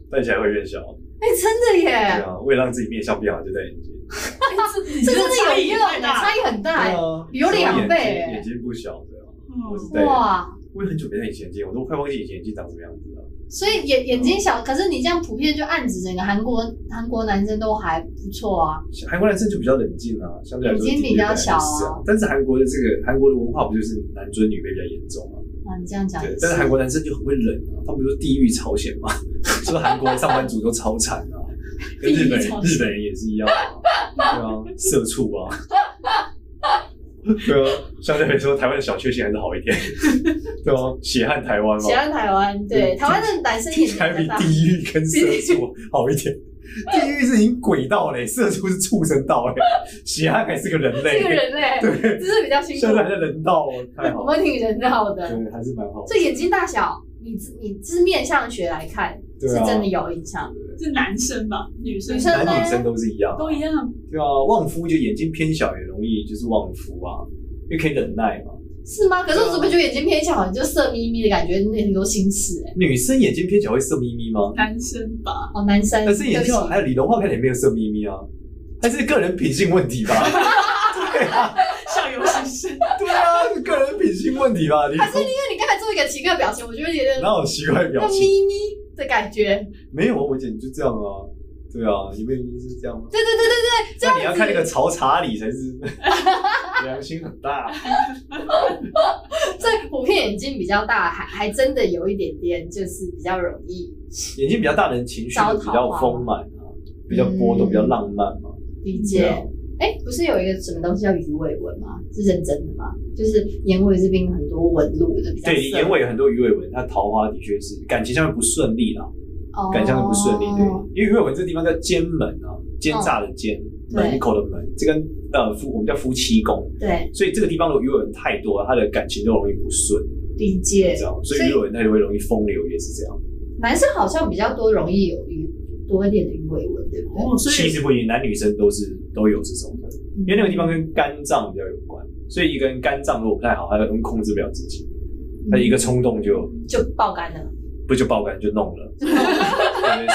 Speaker 3: 戴起来会变小。
Speaker 1: 哎，真的
Speaker 3: 对
Speaker 1: 耶！
Speaker 3: 啊，为了让自己面相变好，就戴眼镜。
Speaker 1: 这真的有
Speaker 2: 你这
Speaker 1: 用
Speaker 2: 个差异太
Speaker 1: 的，
Speaker 2: 大
Speaker 1: 差异很大哎
Speaker 3: 对 [LAUGHS]
Speaker 1: 耶。
Speaker 3: 啊，
Speaker 1: 有两倍
Speaker 3: 所以我眼
Speaker 1: 哎
Speaker 3: 睛眼睛不小的啊。我是
Speaker 2: 嗯，
Speaker 3: 戴眼镜，
Speaker 1: 哇！
Speaker 3: 我也很久没戴隐形眼镜，我都快忘记隐形眼镜长什么样子了。
Speaker 1: 所以眼眼睛小，可是你这样普遍就暗指整个韩国韩国男生都还不错啊。
Speaker 3: 韩国男生就比较冷静啊，相对来说
Speaker 1: 眼睛比较小啊
Speaker 3: 是这样但是韩国的这个韩国的文化不就是男尊女卑比较严重啊？
Speaker 1: 啊，你这样讲也
Speaker 3: 对
Speaker 1: 是，，
Speaker 3: 但是韩国男生就很会冷啊，他们不是地狱朝鲜 [LAUGHS] 嘛，说韩国的上班族都超惨啊，跟日本
Speaker 2: 地
Speaker 3: 人
Speaker 2: 狱朝鲜
Speaker 3: 日本人也是一样啊，对啊，社畜啊。对啊，相对来说，台湾的小确幸还是好一点。 [LAUGHS] 对啊，血汗台湾嘛
Speaker 1: 喜，欢台湾，对
Speaker 3: 嗯
Speaker 1: 台湾的男生
Speaker 3: 听
Speaker 1: 眼
Speaker 3: 起
Speaker 1: 睛
Speaker 3: 来比
Speaker 1: 比较大。
Speaker 3: 地狱跟社畜好一点。
Speaker 1: [LAUGHS]
Speaker 3: 地狱是已经鬼道嘞，社畜是畜生道
Speaker 1: [LAUGHS]
Speaker 3: 嘞，血汗还是个人类。
Speaker 1: 这个人类，
Speaker 3: 对，
Speaker 1: 只是比较辛苦
Speaker 3: 现，在还在人道哦，太好
Speaker 1: 我
Speaker 3: 了，
Speaker 1: 们挺人道的。
Speaker 3: 对，还是蛮好的。
Speaker 1: 这眼睛大小，你自你是面相学来看，是
Speaker 3: 对啊
Speaker 1: 真的有影响。
Speaker 2: 是男生吧？女生
Speaker 1: 女生
Speaker 3: 男女生都是一样，
Speaker 2: 都一样，
Speaker 3: 对啊，旺夫就眼睛偏小也容易就是旺夫啊，因为可以忍耐嘛。
Speaker 1: 是吗？可
Speaker 3: 啊
Speaker 1: 是我怎么觉得眼睛偏小，你就色眯眯的感觉，那很多心事哎、
Speaker 3: 女生眼睛偏小会色眯眯吗？
Speaker 2: 男生 [LAUGHS] 吧？
Speaker 1: 哦，男生，
Speaker 3: 但是
Speaker 1: 嗯
Speaker 3: 眼睛
Speaker 1: 对不起
Speaker 3: 还有李荣浩看起来也没有色眯眯啊，还是个人品性
Speaker 1: [LAUGHS]
Speaker 3: 问题吧？对啊，
Speaker 2: 校友先 [LAUGHS] 生，
Speaker 3: 对啊，是个人品性问题吧？李荣
Speaker 1: 还是因为你刚才做一个奇怪的表情，我觉得有点
Speaker 3: 哪有奇怪的表
Speaker 1: 那
Speaker 3: 情？
Speaker 1: 眯眯的感觉。
Speaker 3: 没有啊，我姐你就这样啊，对啊，你们明是这样吗？
Speaker 1: 对对对对对，这样
Speaker 3: 那
Speaker 1: 子
Speaker 3: 你要看那个曹查理才
Speaker 1: [LAUGHS]
Speaker 3: 是良心很大。
Speaker 1: 这普遍眼睛比较大，还还真的有一点点，就是比较容易，
Speaker 3: 眼睛比较大的人情绪比较丰满啊，比较波动，
Speaker 1: 嗯
Speaker 3: 比较浪漫嘛。
Speaker 1: 理
Speaker 3: 对
Speaker 1: 解
Speaker 3: 啊。
Speaker 1: 哎、不是有一个什么东西叫鱼尾纹吗？是认真的吗？就是眼尾这边有很多纹路的，比较
Speaker 3: 对，
Speaker 1: 涩
Speaker 3: 眼尾有很多鱼尾纹，它桃花的确是感情上面不顺利啦，
Speaker 1: 哦
Speaker 3: 感情上面不顺利。对，因为鱼尾纹这个地方叫奸门啊，奸诈的奸，
Speaker 1: 对
Speaker 3: 门口的门，这跟呃夫我们叫夫妻宫，
Speaker 1: 对，
Speaker 3: 所以这个地方如果鱼尾纹太多，他的感情都容易不顺，
Speaker 1: 理解
Speaker 3: 这。样，所以
Speaker 1: 所以
Speaker 3: 鱼尾纹它就会容易风流，也是这样。
Speaker 1: 男生好像比较多容易有鱼多一点的鱼尾纹，对不对？
Speaker 2: 哦，所
Speaker 3: 其
Speaker 2: 以
Speaker 3: 实不一定，男女生都是都有这种的，因为那个地方跟肝脏比较有关，所以一个人肝脏如果不太好，他根本控制不了自己，
Speaker 2: 嗯
Speaker 3: 他一个冲动就
Speaker 1: 嗯就爆肝
Speaker 3: [LAUGHS]
Speaker 1: 了。
Speaker 3: 不就爆肝就弄了。对，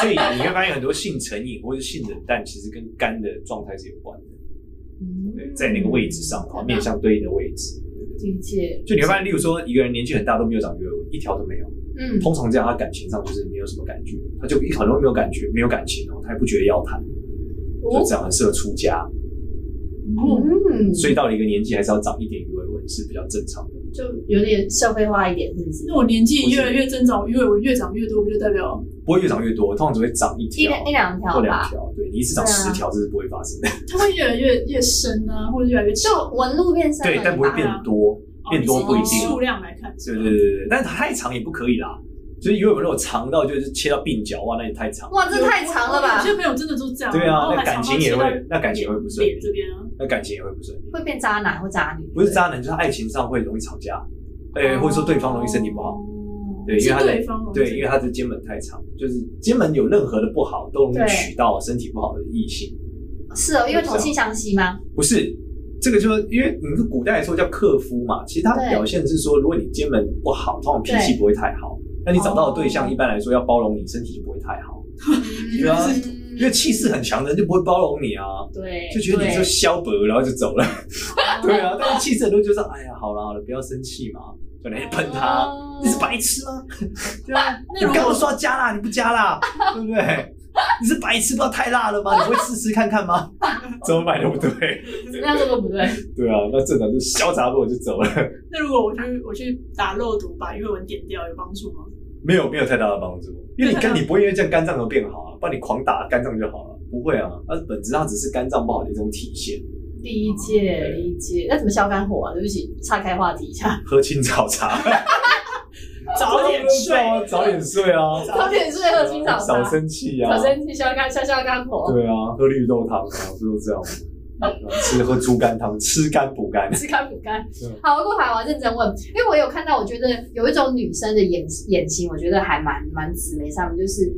Speaker 3: 所以你会发现很多性成瘾或者性冷淡，其实跟肝的状态是有关的。
Speaker 2: 嗯
Speaker 3: 对，在那个位置上，然后面向对应的位置。
Speaker 1: 理解，
Speaker 3: 就你会发现，例如说一个人年纪很大都没有长鱼尾纹，一条都没有。
Speaker 1: 嗯，
Speaker 3: 通常这样，他感情上就是没有什么感觉，他就很容易没有感觉，没有感情哦，他也不觉得要谈，就嗯
Speaker 1: 哦
Speaker 3: 这样很适合出家。
Speaker 1: 嗯，
Speaker 2: 嗯
Speaker 3: 所以到了一个年纪，还是要长一点鱼尾纹，是比较正常的。
Speaker 1: 就有点社会化一点，是不是？
Speaker 2: 那我年纪越来越增长，因为我越长越多，不就代表
Speaker 3: 不会越长越多，通常只会长一
Speaker 1: 一
Speaker 3: 条
Speaker 1: 两一两条
Speaker 3: 或两
Speaker 1: 吧。
Speaker 3: 条。对你一次长
Speaker 1: 对啊
Speaker 3: 十条，这是不会发生的。
Speaker 2: 它会越来越越深啊，或者越来越哦深。
Speaker 1: 就纹路变深了，
Speaker 3: 对，但不会
Speaker 1: 你
Speaker 3: 变
Speaker 1: 把
Speaker 3: 多，变多不一定。
Speaker 2: 数量来看，
Speaker 3: 对对对对对，但是太长也不可以啦。就是因为我们如果长到就是切到鬓角，哇，那也太长。
Speaker 1: 哇，这太长了吧
Speaker 2: 有？些朋友真的就这样，
Speaker 3: 对
Speaker 2: 然
Speaker 3: 啊，
Speaker 2: 后
Speaker 3: 那
Speaker 2: 还
Speaker 3: 感
Speaker 2: 常常
Speaker 3: 情也
Speaker 2: 切到
Speaker 3: 会，那感情也会不顺利
Speaker 2: 脸，这边啊，
Speaker 3: 那感情也会不顺利。
Speaker 1: 会变渣男或渣女，
Speaker 3: 不是渣男，就是爱情上会容易吵架，对，或者说对方容易身体不好，
Speaker 1: 哦
Speaker 3: 对，因为他
Speaker 2: 是对
Speaker 3: 的
Speaker 2: 方哦
Speaker 3: 对，因为他的肩门太长，就是肩门有任何的不好都容
Speaker 1: 对
Speaker 3: 易娶到身体不好的异性，
Speaker 1: 是哦，因为同性相吸吗？
Speaker 3: 不是。这个就是因为你是古代来说叫克夫嘛，其实它
Speaker 1: 对
Speaker 3: 表现是说，如果你肩门不好，通常脾气不会太好。那你找到的对
Speaker 1: 哦
Speaker 3: 象，一般来说要包容你，身体就不会太好，
Speaker 1: 对
Speaker 3: 啊 [LAUGHS]
Speaker 2: 嗯
Speaker 3: 因为气势很强的人就不会包容你啊，
Speaker 1: 对，
Speaker 3: 就觉得你
Speaker 1: 对
Speaker 3: 就消薄，然后就
Speaker 2: [LAUGHS]
Speaker 3: 走了。
Speaker 1: 哦
Speaker 3: 对啊，但是气势很多就是，哎呀，好了好了，不要生气嘛，就来喷他。
Speaker 1: 哦
Speaker 3: 你是白痴吗？对啊，
Speaker 2: 哦那
Speaker 3: 你
Speaker 2: 如
Speaker 3: 跟我
Speaker 2: 果
Speaker 3: 说要加辣，你不加
Speaker 2: [LAUGHS]
Speaker 3: 辣，对不对？你是白痴，不知道太辣了吗？你不会试试看看吗？ [LAUGHS] 怎么买都不对，
Speaker 1: 那这个不对，
Speaker 3: 对啊，那正常就潇洒我就走了，
Speaker 2: 那如果我去我去打肉毒，把鱼尾纹点掉，有帮助吗？
Speaker 3: 没有没有太大的帮助，因
Speaker 1: 啊
Speaker 3: 为你肝你不会因为这样肝脏而变好啊，帮你狂打肝脏就好了，不会啊，它本质上只是肝脏不好的一种体现，
Speaker 1: 理解理解。那怎么消肝火啊？对不起，岔开话题一下，
Speaker 3: 喝青草
Speaker 1: [LAUGHS]
Speaker 3: 茶，
Speaker 2: 早点睡，
Speaker 3: [LAUGHS] 早点睡啊，
Speaker 1: 早点睡，喝清早
Speaker 3: 少
Speaker 1: 茶，
Speaker 3: 生气啊，
Speaker 1: 早生气消肝消消肝火，
Speaker 3: 对啊，喝绿豆汤啊，不都这样吗？吃喝猪肝汤，吃肝补肝。
Speaker 1: 吃肝补
Speaker 3: [LAUGHS]
Speaker 1: 肝
Speaker 3: 对。
Speaker 1: 好，过来我要认真问，因为我有看到，我觉得有一种女生的眼眼型，我觉得还蛮蛮姊妹上面，就是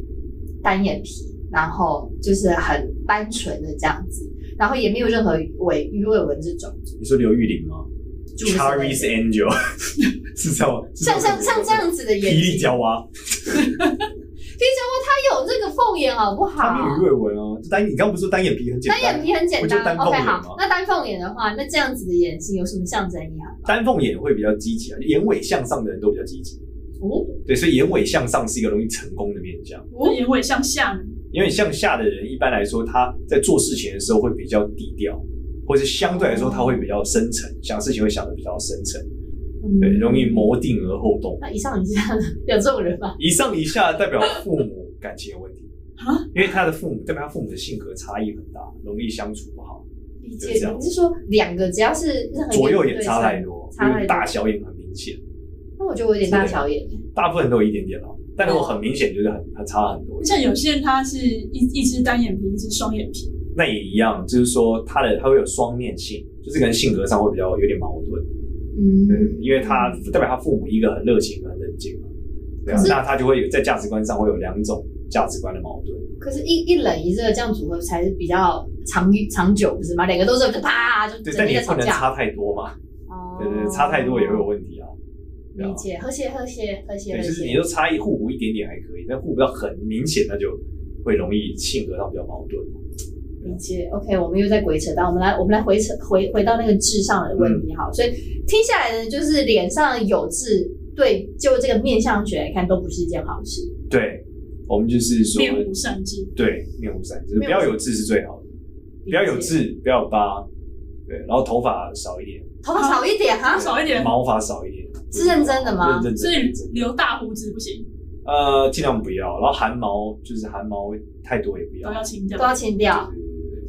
Speaker 1: 单眼皮，然后就是很单纯的这样子，然后也没有任何尾鱼尾纹这种。
Speaker 3: 你说刘玉玲吗
Speaker 1: 就是
Speaker 3: ？Charlie's Angel [LAUGHS] 是这样吗？是
Speaker 1: 像像
Speaker 3: 这样
Speaker 1: 像
Speaker 3: 吗
Speaker 1: 这，样子的眼
Speaker 3: 霹雳
Speaker 1: 睛，
Speaker 3: 娇娃，
Speaker 1: 皮球他有这个凤眼好不
Speaker 3: 她没有
Speaker 1: 好
Speaker 3: 鱼？尾纹哦。就单，你刚不是说单眼皮很简
Speaker 1: 单眼
Speaker 3: 单？
Speaker 1: 皮很简
Speaker 3: 我觉得
Speaker 1: 单
Speaker 3: 单凤
Speaker 1: ，OK
Speaker 3: 眼嘛
Speaker 1: 好。那单凤眼的话，那这样子的眼型有什么象征意啊涵？
Speaker 3: 单凤眼会比较积极啊，眼尾向上的人都比较积极。
Speaker 1: 哦，
Speaker 3: 对，所以眼尾向上是一个容易成功的面相，
Speaker 2: 那眼尾向下呢，
Speaker 3: 因为向下的人一般来说，他在做事情的时候会比较低调，或是相对来说他会比较深沉，想事情会想的比较深沉，对，
Speaker 1: 嗯
Speaker 3: 容易。谋定而后动。
Speaker 1: 那以上以下呢 [LAUGHS] 有这种人吗？
Speaker 3: 以上以下代表父母感情有问题
Speaker 1: 啊
Speaker 3: 因为他的父母代表他父母的性格差异很大，容易相处不好，
Speaker 1: 理
Speaker 3: 就
Speaker 1: 解，
Speaker 3: 是这样
Speaker 1: 你是说两个只要是任何一个
Speaker 3: 左右眼
Speaker 1: 对
Speaker 3: 差
Speaker 1: 象
Speaker 3: 太，多，
Speaker 1: 差太多
Speaker 3: 因为大小眼很明显，
Speaker 1: 那我觉得我有点大小眼，
Speaker 3: 大部分都有一点点啦，但如果很明显就是很很差很多，
Speaker 2: 像有些人他是一一只单眼皮，一只双眼皮，
Speaker 3: 那也一样，就是说他的他会有双面性，就是可能性格上会比较有点矛盾，
Speaker 1: 嗯
Speaker 3: 嗯，，因为他代表他父母一个很热情很冷静嘛，对啊
Speaker 1: 可，是
Speaker 3: 那他就会有在价值观上会有两种价值观的矛盾，
Speaker 1: 可是一一冷一热这样组合才是比较长长久，不是吗？两个都是就啪就
Speaker 3: 对，
Speaker 1: 整
Speaker 3: 但你
Speaker 1: 天
Speaker 3: 也
Speaker 1: 在
Speaker 3: 不
Speaker 1: 吵
Speaker 3: 能
Speaker 1: 架，
Speaker 3: 差太多嘛，
Speaker 1: 哦
Speaker 3: 对对对，差太多也会有问题啊。对啊
Speaker 1: 理解，和谐和谐和谐
Speaker 3: 对，
Speaker 1: 和
Speaker 3: 就是你
Speaker 1: 谐，
Speaker 3: 就差异互补一点点还可以，但互补到很明显，那就会容易性格上比较矛盾。
Speaker 1: 理解。OK，我们又在鬼扯到，我们来我们来回扯回回到那个痣上的问
Speaker 3: 嗯
Speaker 1: 题好，所以听下来呢，就是脸上有痣，对，就这个面相学来看，都不是一件好事。
Speaker 3: 对，我们就是说，
Speaker 2: 面无善治。
Speaker 3: 对，面无三，就是
Speaker 1: 面无
Speaker 3: 不要有痣是最好的，不要有
Speaker 1: 理解，
Speaker 3: 痣，不要有疤，对，然后头发少一点，
Speaker 1: 头发少一点哈，
Speaker 2: 少一点，
Speaker 3: 毛发少一点，
Speaker 1: 是认真的吗
Speaker 3: 认认
Speaker 2: 所
Speaker 3: 真
Speaker 2: 以
Speaker 3: 认真的，
Speaker 2: 留大胡子不行，
Speaker 3: 呃，尽量不要，然后汗毛就是汗毛太多也不要
Speaker 2: 都，要清掉
Speaker 1: 都。要清掉，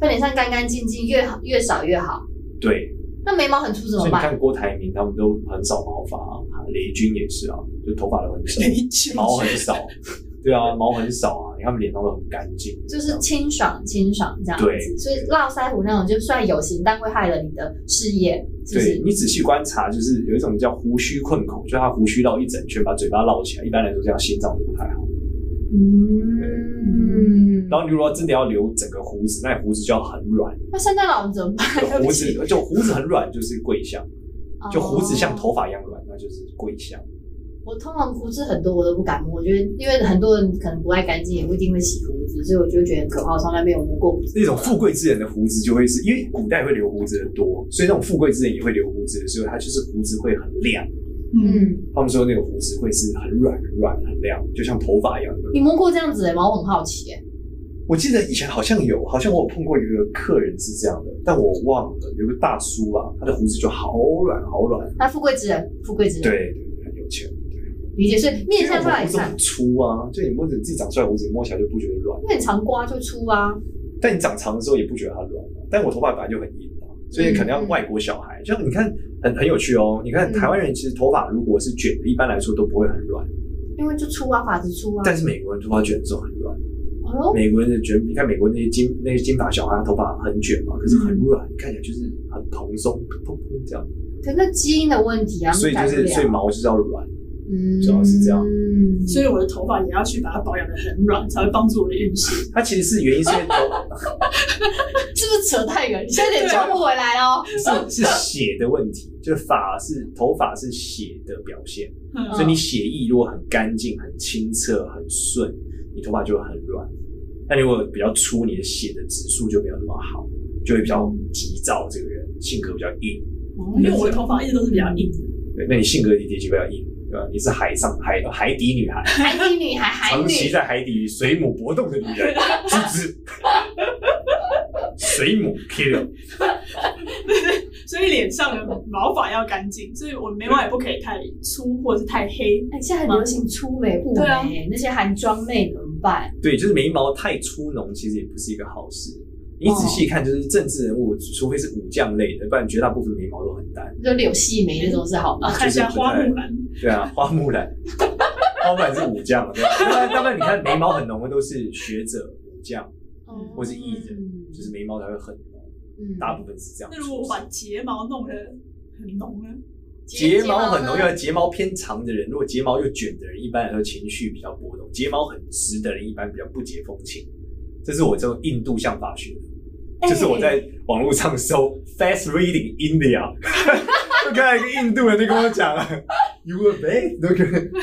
Speaker 3: 对对
Speaker 1: 在脸上干干净净，越好越少越好。
Speaker 3: 对对，
Speaker 1: 那眉毛很粗怎
Speaker 3: 所以
Speaker 1: 么
Speaker 3: 你
Speaker 1: 办？
Speaker 3: 看郭台铭他们都很少毛发啊，雷军也是啊，就头发都很少。
Speaker 2: 没钱
Speaker 3: 毛很少，对啊，毛很少啊，你看他们脸上都很干净，
Speaker 1: 就是清爽清爽这样子。
Speaker 3: 对
Speaker 1: 所以络腮胡那种就算有型，但会害了你的事业，是不
Speaker 3: 对
Speaker 1: 是？
Speaker 3: 你仔细观察，就是有一种叫胡须困口，就他胡须绕一整圈，把嘴巴绕起来，一般来说这样心脏不太好。
Speaker 1: 嗯。
Speaker 3: 然后你如果真的要留整个胡子，那胡子就要很软，
Speaker 1: 那圣诞老人怎么办？[LAUGHS]
Speaker 3: 就
Speaker 1: 对不
Speaker 3: 胡
Speaker 1: 起
Speaker 3: 子就胡子很软就是贵相，就胡子像。
Speaker 1: 哦
Speaker 3: 头发一样软，那就是贵相。
Speaker 1: 我通常胡子很多，我都不敢摸，我觉得因为很多人可能不爱干净，也不一定会洗胡子，所以我就觉得很可怕。我从来没有摸过胡子。
Speaker 3: 那种富贵之人的胡子就会是因为古代会留胡子的多，所以那种富贵之人也会留胡子，所以他就是胡子会很亮。
Speaker 2: 嗯，
Speaker 1: 嗯，
Speaker 3: 他们说那个胡子会是很软、很软、很亮，就像头发一样。
Speaker 1: 你摸过这样子、欸吗？我很好奇、欸，
Speaker 3: 我记得以前好像有，好像我有碰过一个客人是这样的，但我忘了，有个大叔啊，他的胡子就好软好软，
Speaker 1: 那富贵之人，富贵之人，
Speaker 3: 对对，对很有钱。
Speaker 1: 理解，所以面相
Speaker 3: 因
Speaker 1: 上
Speaker 3: 为我
Speaker 1: 来
Speaker 3: 胡子
Speaker 1: 看
Speaker 3: 很，粗啊，就你摸着自己长出来的胡子，你摸起来就不觉得软，
Speaker 1: 因为你常刮就粗啊，
Speaker 3: 但你长长的时候也不觉得它软啊。但我头发本来就很硬啊，
Speaker 1: 嗯
Speaker 3: 所以可能要外国小孩，就你看很很有趣哦。你看
Speaker 1: 嗯
Speaker 3: 台湾人其实头发如果是卷的，一般来说都不会很软，
Speaker 1: 哦因为就粗啊，发质粗啊。
Speaker 3: 但是美国人头发卷的时候很软。
Speaker 1: 哎呦，
Speaker 3: 美国人的卷，你看美国那些金那些金发小孩，他头发很卷
Speaker 1: 嗯
Speaker 3: 嘛，可是很软，看起来就是很蓬松，砰砰砰这样。
Speaker 1: 可是那基因的问题啊，
Speaker 3: 所以就
Speaker 1: 改不
Speaker 3: 是
Speaker 1: 了
Speaker 3: 所以毛就是要软，
Speaker 1: 嗯，
Speaker 3: 主要是这样
Speaker 1: 嗯，
Speaker 2: 所以我的头发也要去把它保养的很软，才会帮助我的运势。
Speaker 3: 它其实是原因是因为头 [LAUGHS]
Speaker 1: 是不是扯太远？你现在有点抓不回来哦。
Speaker 3: 是是血的问题，就是发是头发是血的表现，
Speaker 2: 嗯
Speaker 3: 所以你血液如果很干净、很清澈、很顺，你头发就会很软。但如果比较粗，你的血的指数就没有那么好，就会比较急躁，这个人性格比较硬。
Speaker 1: 嗯
Speaker 2: 因为我的头发一直都是比较硬的，
Speaker 3: 对，那你性格一定就比较硬，对吧？你是海上海海底女孩，
Speaker 1: 海底女孩，海
Speaker 3: 长期
Speaker 1: 女，
Speaker 3: 在海底与水母搏动的女
Speaker 1: [LAUGHS]
Speaker 3: 人，是不是？水母 kill，
Speaker 2: 所以脸上的毛发要干净，所以我眉毛也不可以太粗或者是太黑。
Speaker 1: 哎，现在很流行粗眉、雾
Speaker 2: 对啊
Speaker 1: 眉，那些韩妆妹怎么办？
Speaker 3: 对，就是眉毛太粗浓，其实也不是一个好事。你仔
Speaker 1: 哦
Speaker 3: 细看，就是政治人物，除非是武将类的，不然绝大部分眉毛都很淡。
Speaker 1: 就柳细眉那种啊是好吗？
Speaker 2: 看一下花木兰，
Speaker 3: 对啊，花木兰，花木兰是武将，对吧？要不然要不然你看眉毛很浓的都是学者、武将，
Speaker 1: 嗯
Speaker 3: 或是艺人，就是眉毛才会很浓，
Speaker 1: 嗯
Speaker 3: 大部分是这样。
Speaker 2: 那如果我把睫毛弄得很浓呢？
Speaker 3: 睫毛很浓，
Speaker 1: 呢
Speaker 3: 要睫毛偏长的人，如果睫毛又卷的人，一般来说情绪比较波动；睫毛很直的人，一般比较不解风情。这是我这种印度向法学，
Speaker 1: 哎
Speaker 3: 就是我在网络上搜 fast reading India，就 [LAUGHS] 看到一个印度人就跟我讲啊，you were bad，那个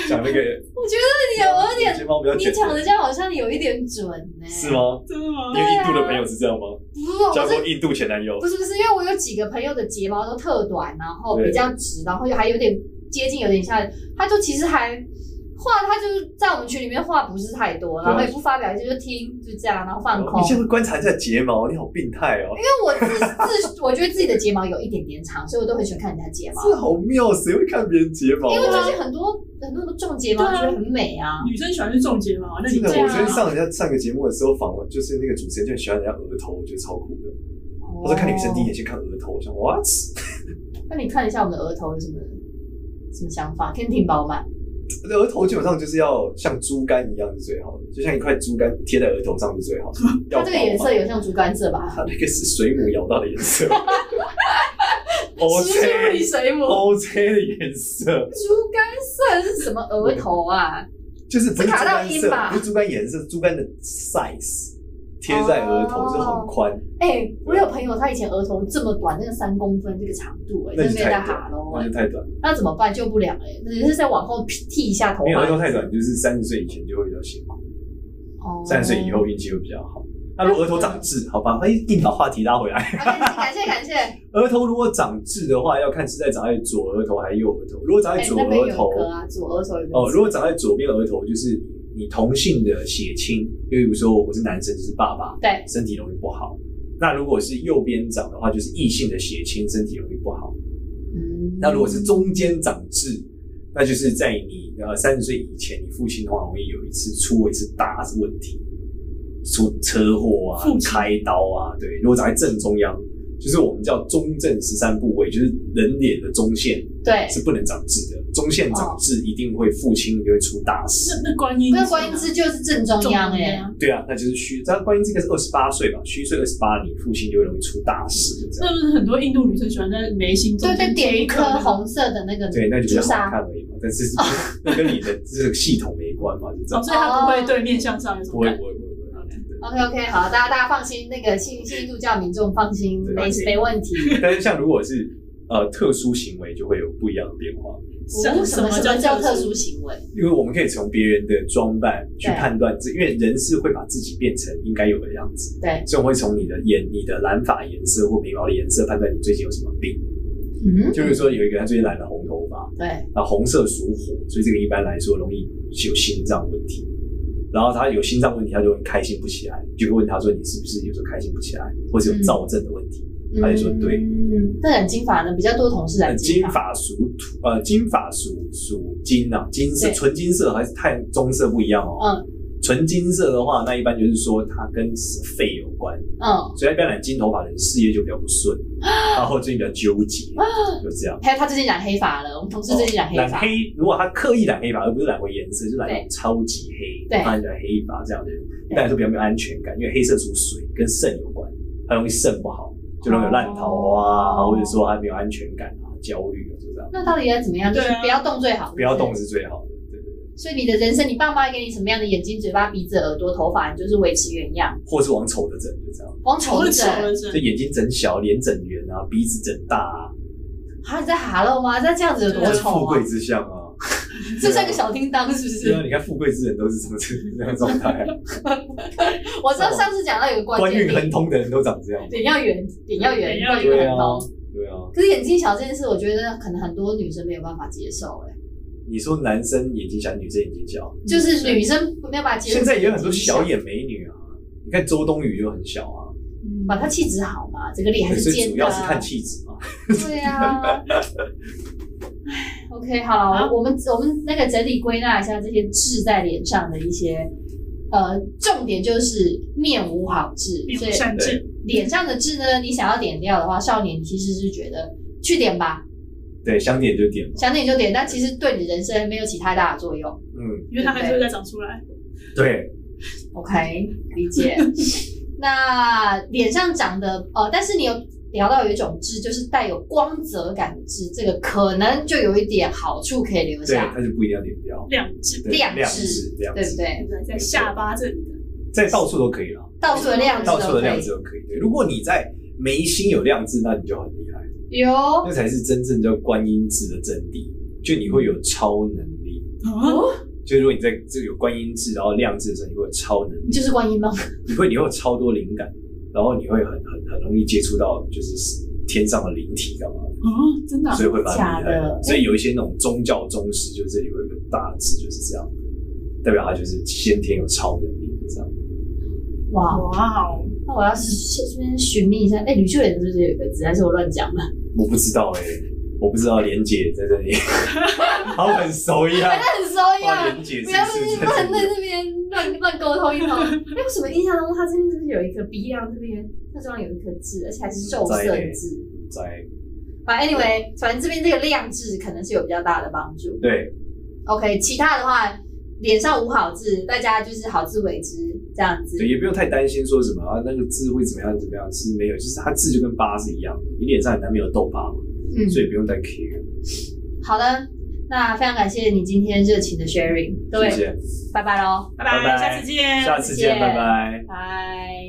Speaker 3: 讲那个
Speaker 1: 我觉得你有点，
Speaker 3: 睫毛比较
Speaker 1: 你
Speaker 3: 卷
Speaker 1: 讲
Speaker 3: 的
Speaker 1: 的
Speaker 3: 人，
Speaker 1: 这样好像有一点准呢。
Speaker 3: 是？吗？
Speaker 2: 真的
Speaker 1: 哦
Speaker 2: 吗
Speaker 3: 你？有印度的朋友是这样吗？
Speaker 1: 不是，啊哦我
Speaker 3: 交
Speaker 1: 是
Speaker 3: 过印度前男友
Speaker 1: 不，是不是，因为我有几个朋友的睫毛都特短，然后比较直，然后还有点接近，有点像，他就其实还话，他就是在我们群里面话不是太多，
Speaker 3: 对啊
Speaker 1: 然后也不发表意见，就听就这样，然后放空
Speaker 3: 你。现在会观察一下睫毛，你好病态哦，
Speaker 1: 因为我自自，我觉得自己的睫毛有一点点长，所以我都很喜欢看人家睫毛。
Speaker 3: 这好妙，谁会看别人睫毛啊？
Speaker 1: 因为最近很多很多人都种睫毛，
Speaker 2: 对啊
Speaker 1: 觉得很美啊。
Speaker 2: 女生喜欢去种啊睫毛，那你
Speaker 3: 真的，
Speaker 2: 这
Speaker 3: 我
Speaker 2: 样
Speaker 3: 昨天上人家上个节目的时候访问，就是那个主持人就很喜欢人家额头，我觉得超酷的。
Speaker 1: 哦
Speaker 3: 他说看女生第一眼先看额头，我想 what？
Speaker 1: 那你看一下我们的额头有什么什么想法？天庭饱满，
Speaker 3: 那额头基本上就是要像猪肝一样是最好的，就像一块猪肝贴在额头上是最
Speaker 1: [LAUGHS]
Speaker 3: 好的。
Speaker 1: 它这个
Speaker 3: 要饱
Speaker 1: 颜色
Speaker 3: 满，
Speaker 1: 有像竹竿
Speaker 3: [LAUGHS]
Speaker 1: 色吧
Speaker 3: 它？那个是水母咬到的
Speaker 1: [LAUGHS]
Speaker 3: 颜色。O
Speaker 1: 石柱与
Speaker 3: J
Speaker 1: 水母，
Speaker 3: O J 的颜色
Speaker 1: 竹竿色是什么额头啊？
Speaker 3: 就是不是
Speaker 1: 是
Speaker 3: 猪
Speaker 1: 卡到
Speaker 3: 肝
Speaker 1: 音
Speaker 3: 色，
Speaker 1: 吧
Speaker 3: 不是猪肝颜色，猪肝的 size 贴在额头是很宽，
Speaker 1: 哎、我有朋友，他以前额头这么短，那个三公分这个长度、哎，
Speaker 3: 那
Speaker 1: 真
Speaker 3: 就
Speaker 1: 没
Speaker 3: 太
Speaker 1: 得
Speaker 3: 短
Speaker 1: 哈喽，
Speaker 3: 那
Speaker 1: 哎
Speaker 3: 就太短。
Speaker 1: 那怎么办？救不了哎、只是再往后剃一下头啊
Speaker 3: 因为
Speaker 1: 发
Speaker 3: 额，头太短，就是三十岁以前就会比较辛苦。
Speaker 1: 哦
Speaker 3: 三十岁以
Speaker 1: [LAUGHS]
Speaker 3: 后运气会比较好。那如果额头长痣，好吧，哎，硬把话题拉回来。
Speaker 1: 好啊感谢
Speaker 3: [LAUGHS]
Speaker 1: 感谢哎感谢，
Speaker 3: 额头如果长痣的话，要看是在长在左额头还是右额头。如果长在
Speaker 1: 哎、
Speaker 3: 左
Speaker 1: 那边有
Speaker 3: 额
Speaker 1: 一
Speaker 3: 头，
Speaker 1: 个啊，左额头有一个
Speaker 3: 哦，如果长在左边额头，就是你同性的血亲，就比如说我是男生，就是爸爸，
Speaker 1: 对，
Speaker 3: 身体容易不好。那如果是右边长的话，就是异性的血亲，身体容易不好。
Speaker 1: 嗯，
Speaker 3: 那如果是中间长痣，那就是在你呃三十岁以前，你父亲通常容易有一次出过一次大问题，出车祸啊
Speaker 2: 父、亲
Speaker 3: 开刀啊，对。如果长在正中央，就是我们叫中正十三部位，就是人脸的中线
Speaker 1: 对，
Speaker 3: 是不能长痣的，中线
Speaker 2: 哦
Speaker 3: 长痣一定会父亲一定会出大事。
Speaker 2: 那那观音，
Speaker 1: 那观音之就是正中
Speaker 2: 中
Speaker 1: 央
Speaker 2: 央
Speaker 1: 哎、
Speaker 3: 对啊，那就是虚。但关于这个是二十八岁吧，虚岁二十八，你父亲就会容易出大事，就这样。
Speaker 2: 那不是很多印度女生喜欢在眉心中
Speaker 1: 对对，
Speaker 2: 间
Speaker 1: 点
Speaker 2: 贴
Speaker 1: 一
Speaker 2: 一
Speaker 1: 颗
Speaker 2: 颗
Speaker 1: 红色的那个
Speaker 3: 对，那就比
Speaker 1: 朱
Speaker 3: 较好
Speaker 1: 砂，
Speaker 3: 看而已嘛。但是那跟你的这个系统没关嘛，就这样
Speaker 2: 哦，。所以它不会对面向上有什
Speaker 3: 不
Speaker 2: 么
Speaker 3: 会
Speaker 2: 感觉。
Speaker 3: 不会不会不会。对
Speaker 1: OK OK，好，大家大家放心，那个信信度教民众放心，
Speaker 3: 对
Speaker 1: 没
Speaker 3: 放心
Speaker 1: 没问题。
Speaker 3: 但是像如果是呃特殊行为，就会有不一样的变化，
Speaker 2: 什
Speaker 1: 我
Speaker 2: 么
Speaker 1: 什么什么叫
Speaker 2: 叫
Speaker 1: 特
Speaker 2: 特
Speaker 1: 殊
Speaker 2: 殊
Speaker 1: 行为？
Speaker 3: 因为我们可以从别人的装扮去
Speaker 1: 对
Speaker 3: 判断自，因为人是会把自己变成应该有的样子，
Speaker 1: 对，
Speaker 3: 所以我会从你的眼、你的染发颜色或眉毛的颜色判断你最近有什么病。
Speaker 1: 嗯，
Speaker 3: 就比如说有一个人他最近染了红头发，
Speaker 1: 对，
Speaker 3: 那红色属火，所以这个一般来说容易有心脏问题。然后他有心脏问题，他就很开心不起来，就会问他说你是不是有时候开心不起来，或是有躁症的问题？他就说对
Speaker 1: 嗯，那染金发呢？比较多同事
Speaker 3: 那
Speaker 1: 染金
Speaker 3: 呃金
Speaker 1: 发，
Speaker 3: 发属土，呃，金发属属金啊，金色
Speaker 1: 对
Speaker 3: 纯金色还是碳棕色不一样哦。
Speaker 1: 嗯
Speaker 3: 纯金色的话，那一般就是说它跟肺有关，
Speaker 1: 嗯，
Speaker 3: 所以一般染金头发的人事业就比较不顺，
Speaker 1: 啊
Speaker 3: 然后最近比较纠结，就这样。
Speaker 1: 还有他最近染黑发了，我们同事最近染啊黑
Speaker 3: 哦染
Speaker 1: 发，
Speaker 3: 黑，如果他刻意染黑发，而不是染回颜色，就是染那
Speaker 1: 对
Speaker 3: 种超级黑，
Speaker 1: 对
Speaker 3: 他染黑发这样的人，一般来说比较没有安全感，因为黑色属水，跟肾有关，它容易肾不好，就容易有烂桃啊，
Speaker 1: 哦
Speaker 3: 或者说他没有安全感啊、焦虑啊，就这样。
Speaker 1: 那到底该怎么样？就是
Speaker 2: 对啊
Speaker 1: 不要动最好，
Speaker 3: 不要动。是最好的，对对对，
Speaker 1: 所以你的人生，你爸妈给你什么样的眼睛、嘴巴、鼻子、耳朵、头发，你就是维持原样，
Speaker 3: 或是往丑的整，就这样，
Speaker 1: 往丑
Speaker 2: 我
Speaker 1: 的
Speaker 2: 是丑
Speaker 1: 整。
Speaker 2: 了
Speaker 3: 就
Speaker 2: 整，
Speaker 3: 眼睛整小，脸整圆啊，鼻子整大啊，
Speaker 1: 啊，你在哈喽吗？那这样子有多
Speaker 3: 这是
Speaker 1: 丑
Speaker 3: 富
Speaker 1: 啊
Speaker 3: 贵？之相啊。
Speaker 1: [LAUGHS] 这像个小叮当
Speaker 3: [LAUGHS]
Speaker 1: 是不
Speaker 3: 对啊，
Speaker 1: 是？
Speaker 3: 你看富贵之人都是长这 [LAUGHS] 这样状态啊，
Speaker 1: 我知道上次讲到有个 [LAUGHS] 关
Speaker 3: 官
Speaker 1: 键
Speaker 3: 运亨
Speaker 1: 点，
Speaker 3: 通的人都长这样。
Speaker 1: 脸要圆，脸要圆，
Speaker 2: 脸要
Speaker 1: 关
Speaker 2: 圆
Speaker 1: 运
Speaker 3: 对
Speaker 1: 很
Speaker 3: 啊
Speaker 1: 高。，
Speaker 3: 对啊。
Speaker 1: 可是眼睛小这件事，我觉得可能很多女生没有办法接受、哎，
Speaker 3: 你说男生眼睛小，女生眼睛小，
Speaker 1: 就是女生没有办法接受。
Speaker 3: 现在也有很多小，眼美女啊。你看周冬雨就很小啊，
Speaker 2: 嗯
Speaker 1: 把她气质好嘛，整个脸还
Speaker 3: 可
Speaker 1: 是
Speaker 3: 是
Speaker 1: 尖
Speaker 3: 主
Speaker 1: 的、
Speaker 3: 要
Speaker 1: 啊。
Speaker 3: 是看气质嘛。
Speaker 1: 对啊。唉 OK，好了，
Speaker 2: 好
Speaker 1: 我们我们那个整理归纳一下这些痣在脸上的一些，呃，重点就是面无好痣，
Speaker 2: 面
Speaker 1: 所
Speaker 2: 无
Speaker 1: 以
Speaker 2: 善治，
Speaker 1: 脸上的痣呢，你想要点掉的话，少年其实是觉得去点吧，
Speaker 3: 对，想点就点嘛。
Speaker 1: 想点就点，但其实对你人生没有其他大的作用。
Speaker 3: 嗯，
Speaker 2: 因为它还是会再长出来。
Speaker 3: 对，
Speaker 1: OK，理 [LAUGHS] 解。那脸上长的呃，但是你有聊到有一种痣，就是带有光泽感的痣，这个可能就有一点好处可以留
Speaker 3: 对，
Speaker 1: 下，
Speaker 3: 他就不一定要点掉。
Speaker 2: 两痣，
Speaker 3: 对
Speaker 1: 亮
Speaker 3: 亮
Speaker 1: 痣
Speaker 3: 痣，
Speaker 1: 啊
Speaker 3: 亮
Speaker 1: 对不
Speaker 3: 痣，
Speaker 1: 对？
Speaker 2: 在下巴这里的，
Speaker 3: 在到处都可以啦，
Speaker 1: 到处的亮痣
Speaker 3: 到
Speaker 1: 都
Speaker 3: 处的
Speaker 1: 可
Speaker 3: 亮
Speaker 1: 以
Speaker 3: 痣。都可以。对，如果你在眉心有亮痣，那你就很厉害，
Speaker 1: 有
Speaker 3: 那才是真正叫观音痣的真谛，就你会有超能力。
Speaker 2: 哦，
Speaker 3: 就如果你在这个有观音痣，然后亮痣的时候，你会有超能力。
Speaker 1: 你就是观音吗？
Speaker 3: 你会你会有超多灵感，然后你会很很很容易接触到就是天上的灵体干嘛的，
Speaker 2: 哦，真的啊，
Speaker 3: 所以会蛮
Speaker 1: 假
Speaker 3: 厉害
Speaker 1: 的
Speaker 3: 所以有一些那种宗教宗师，就这里会有一个大字就是这样，代表他就是先天有超能力，就这样。
Speaker 1: 哇！
Speaker 2: 哇哦，
Speaker 1: 那我要顺便寻觅一下，哎，吕秀莲是不是有一个字？还是我乱讲的？
Speaker 3: 我不知道哎、我不知道莲姐在这里，好像很熟一样。
Speaker 1: 很熟
Speaker 3: 哇，
Speaker 1: 呀，
Speaker 3: 莲姐是
Speaker 1: 不
Speaker 3: 不
Speaker 1: 要
Speaker 3: 是
Speaker 1: 不
Speaker 3: 在
Speaker 1: 能
Speaker 3: 这
Speaker 1: 在
Speaker 3: 里？
Speaker 1: 这边乱乱沟通一 [LAUGHS] 通。哎，为什么印象中他这边是不是有一颗鼻梁这边，那地方有一颗痣，而且还是肉色
Speaker 3: 在
Speaker 1: 的
Speaker 3: 嘞
Speaker 1: 痣？
Speaker 3: 在
Speaker 1: 反正 anyway，反正这边这个量质可能是有比较大的帮助。
Speaker 3: 对
Speaker 1: OK，其他的话，脸上无好痣，大家就是好自为之这样子
Speaker 3: 对，。也不用太担心说什么啊，那个痣会怎么样怎么样，其实没有，就是它痣就跟疤是一样的，你脸上很难没有痘疤嘛，
Speaker 1: 嗯，
Speaker 3: 所以不用太 care。
Speaker 1: 好的，那非常感谢你今天热情的 sharing，各
Speaker 3: 谢
Speaker 1: 位，
Speaker 3: 谢。
Speaker 1: 拜拜喽，
Speaker 2: 拜
Speaker 3: 拜拜
Speaker 2: 下次见，
Speaker 3: 下次见，
Speaker 1: 见
Speaker 3: 拜拜。
Speaker 1: 拜。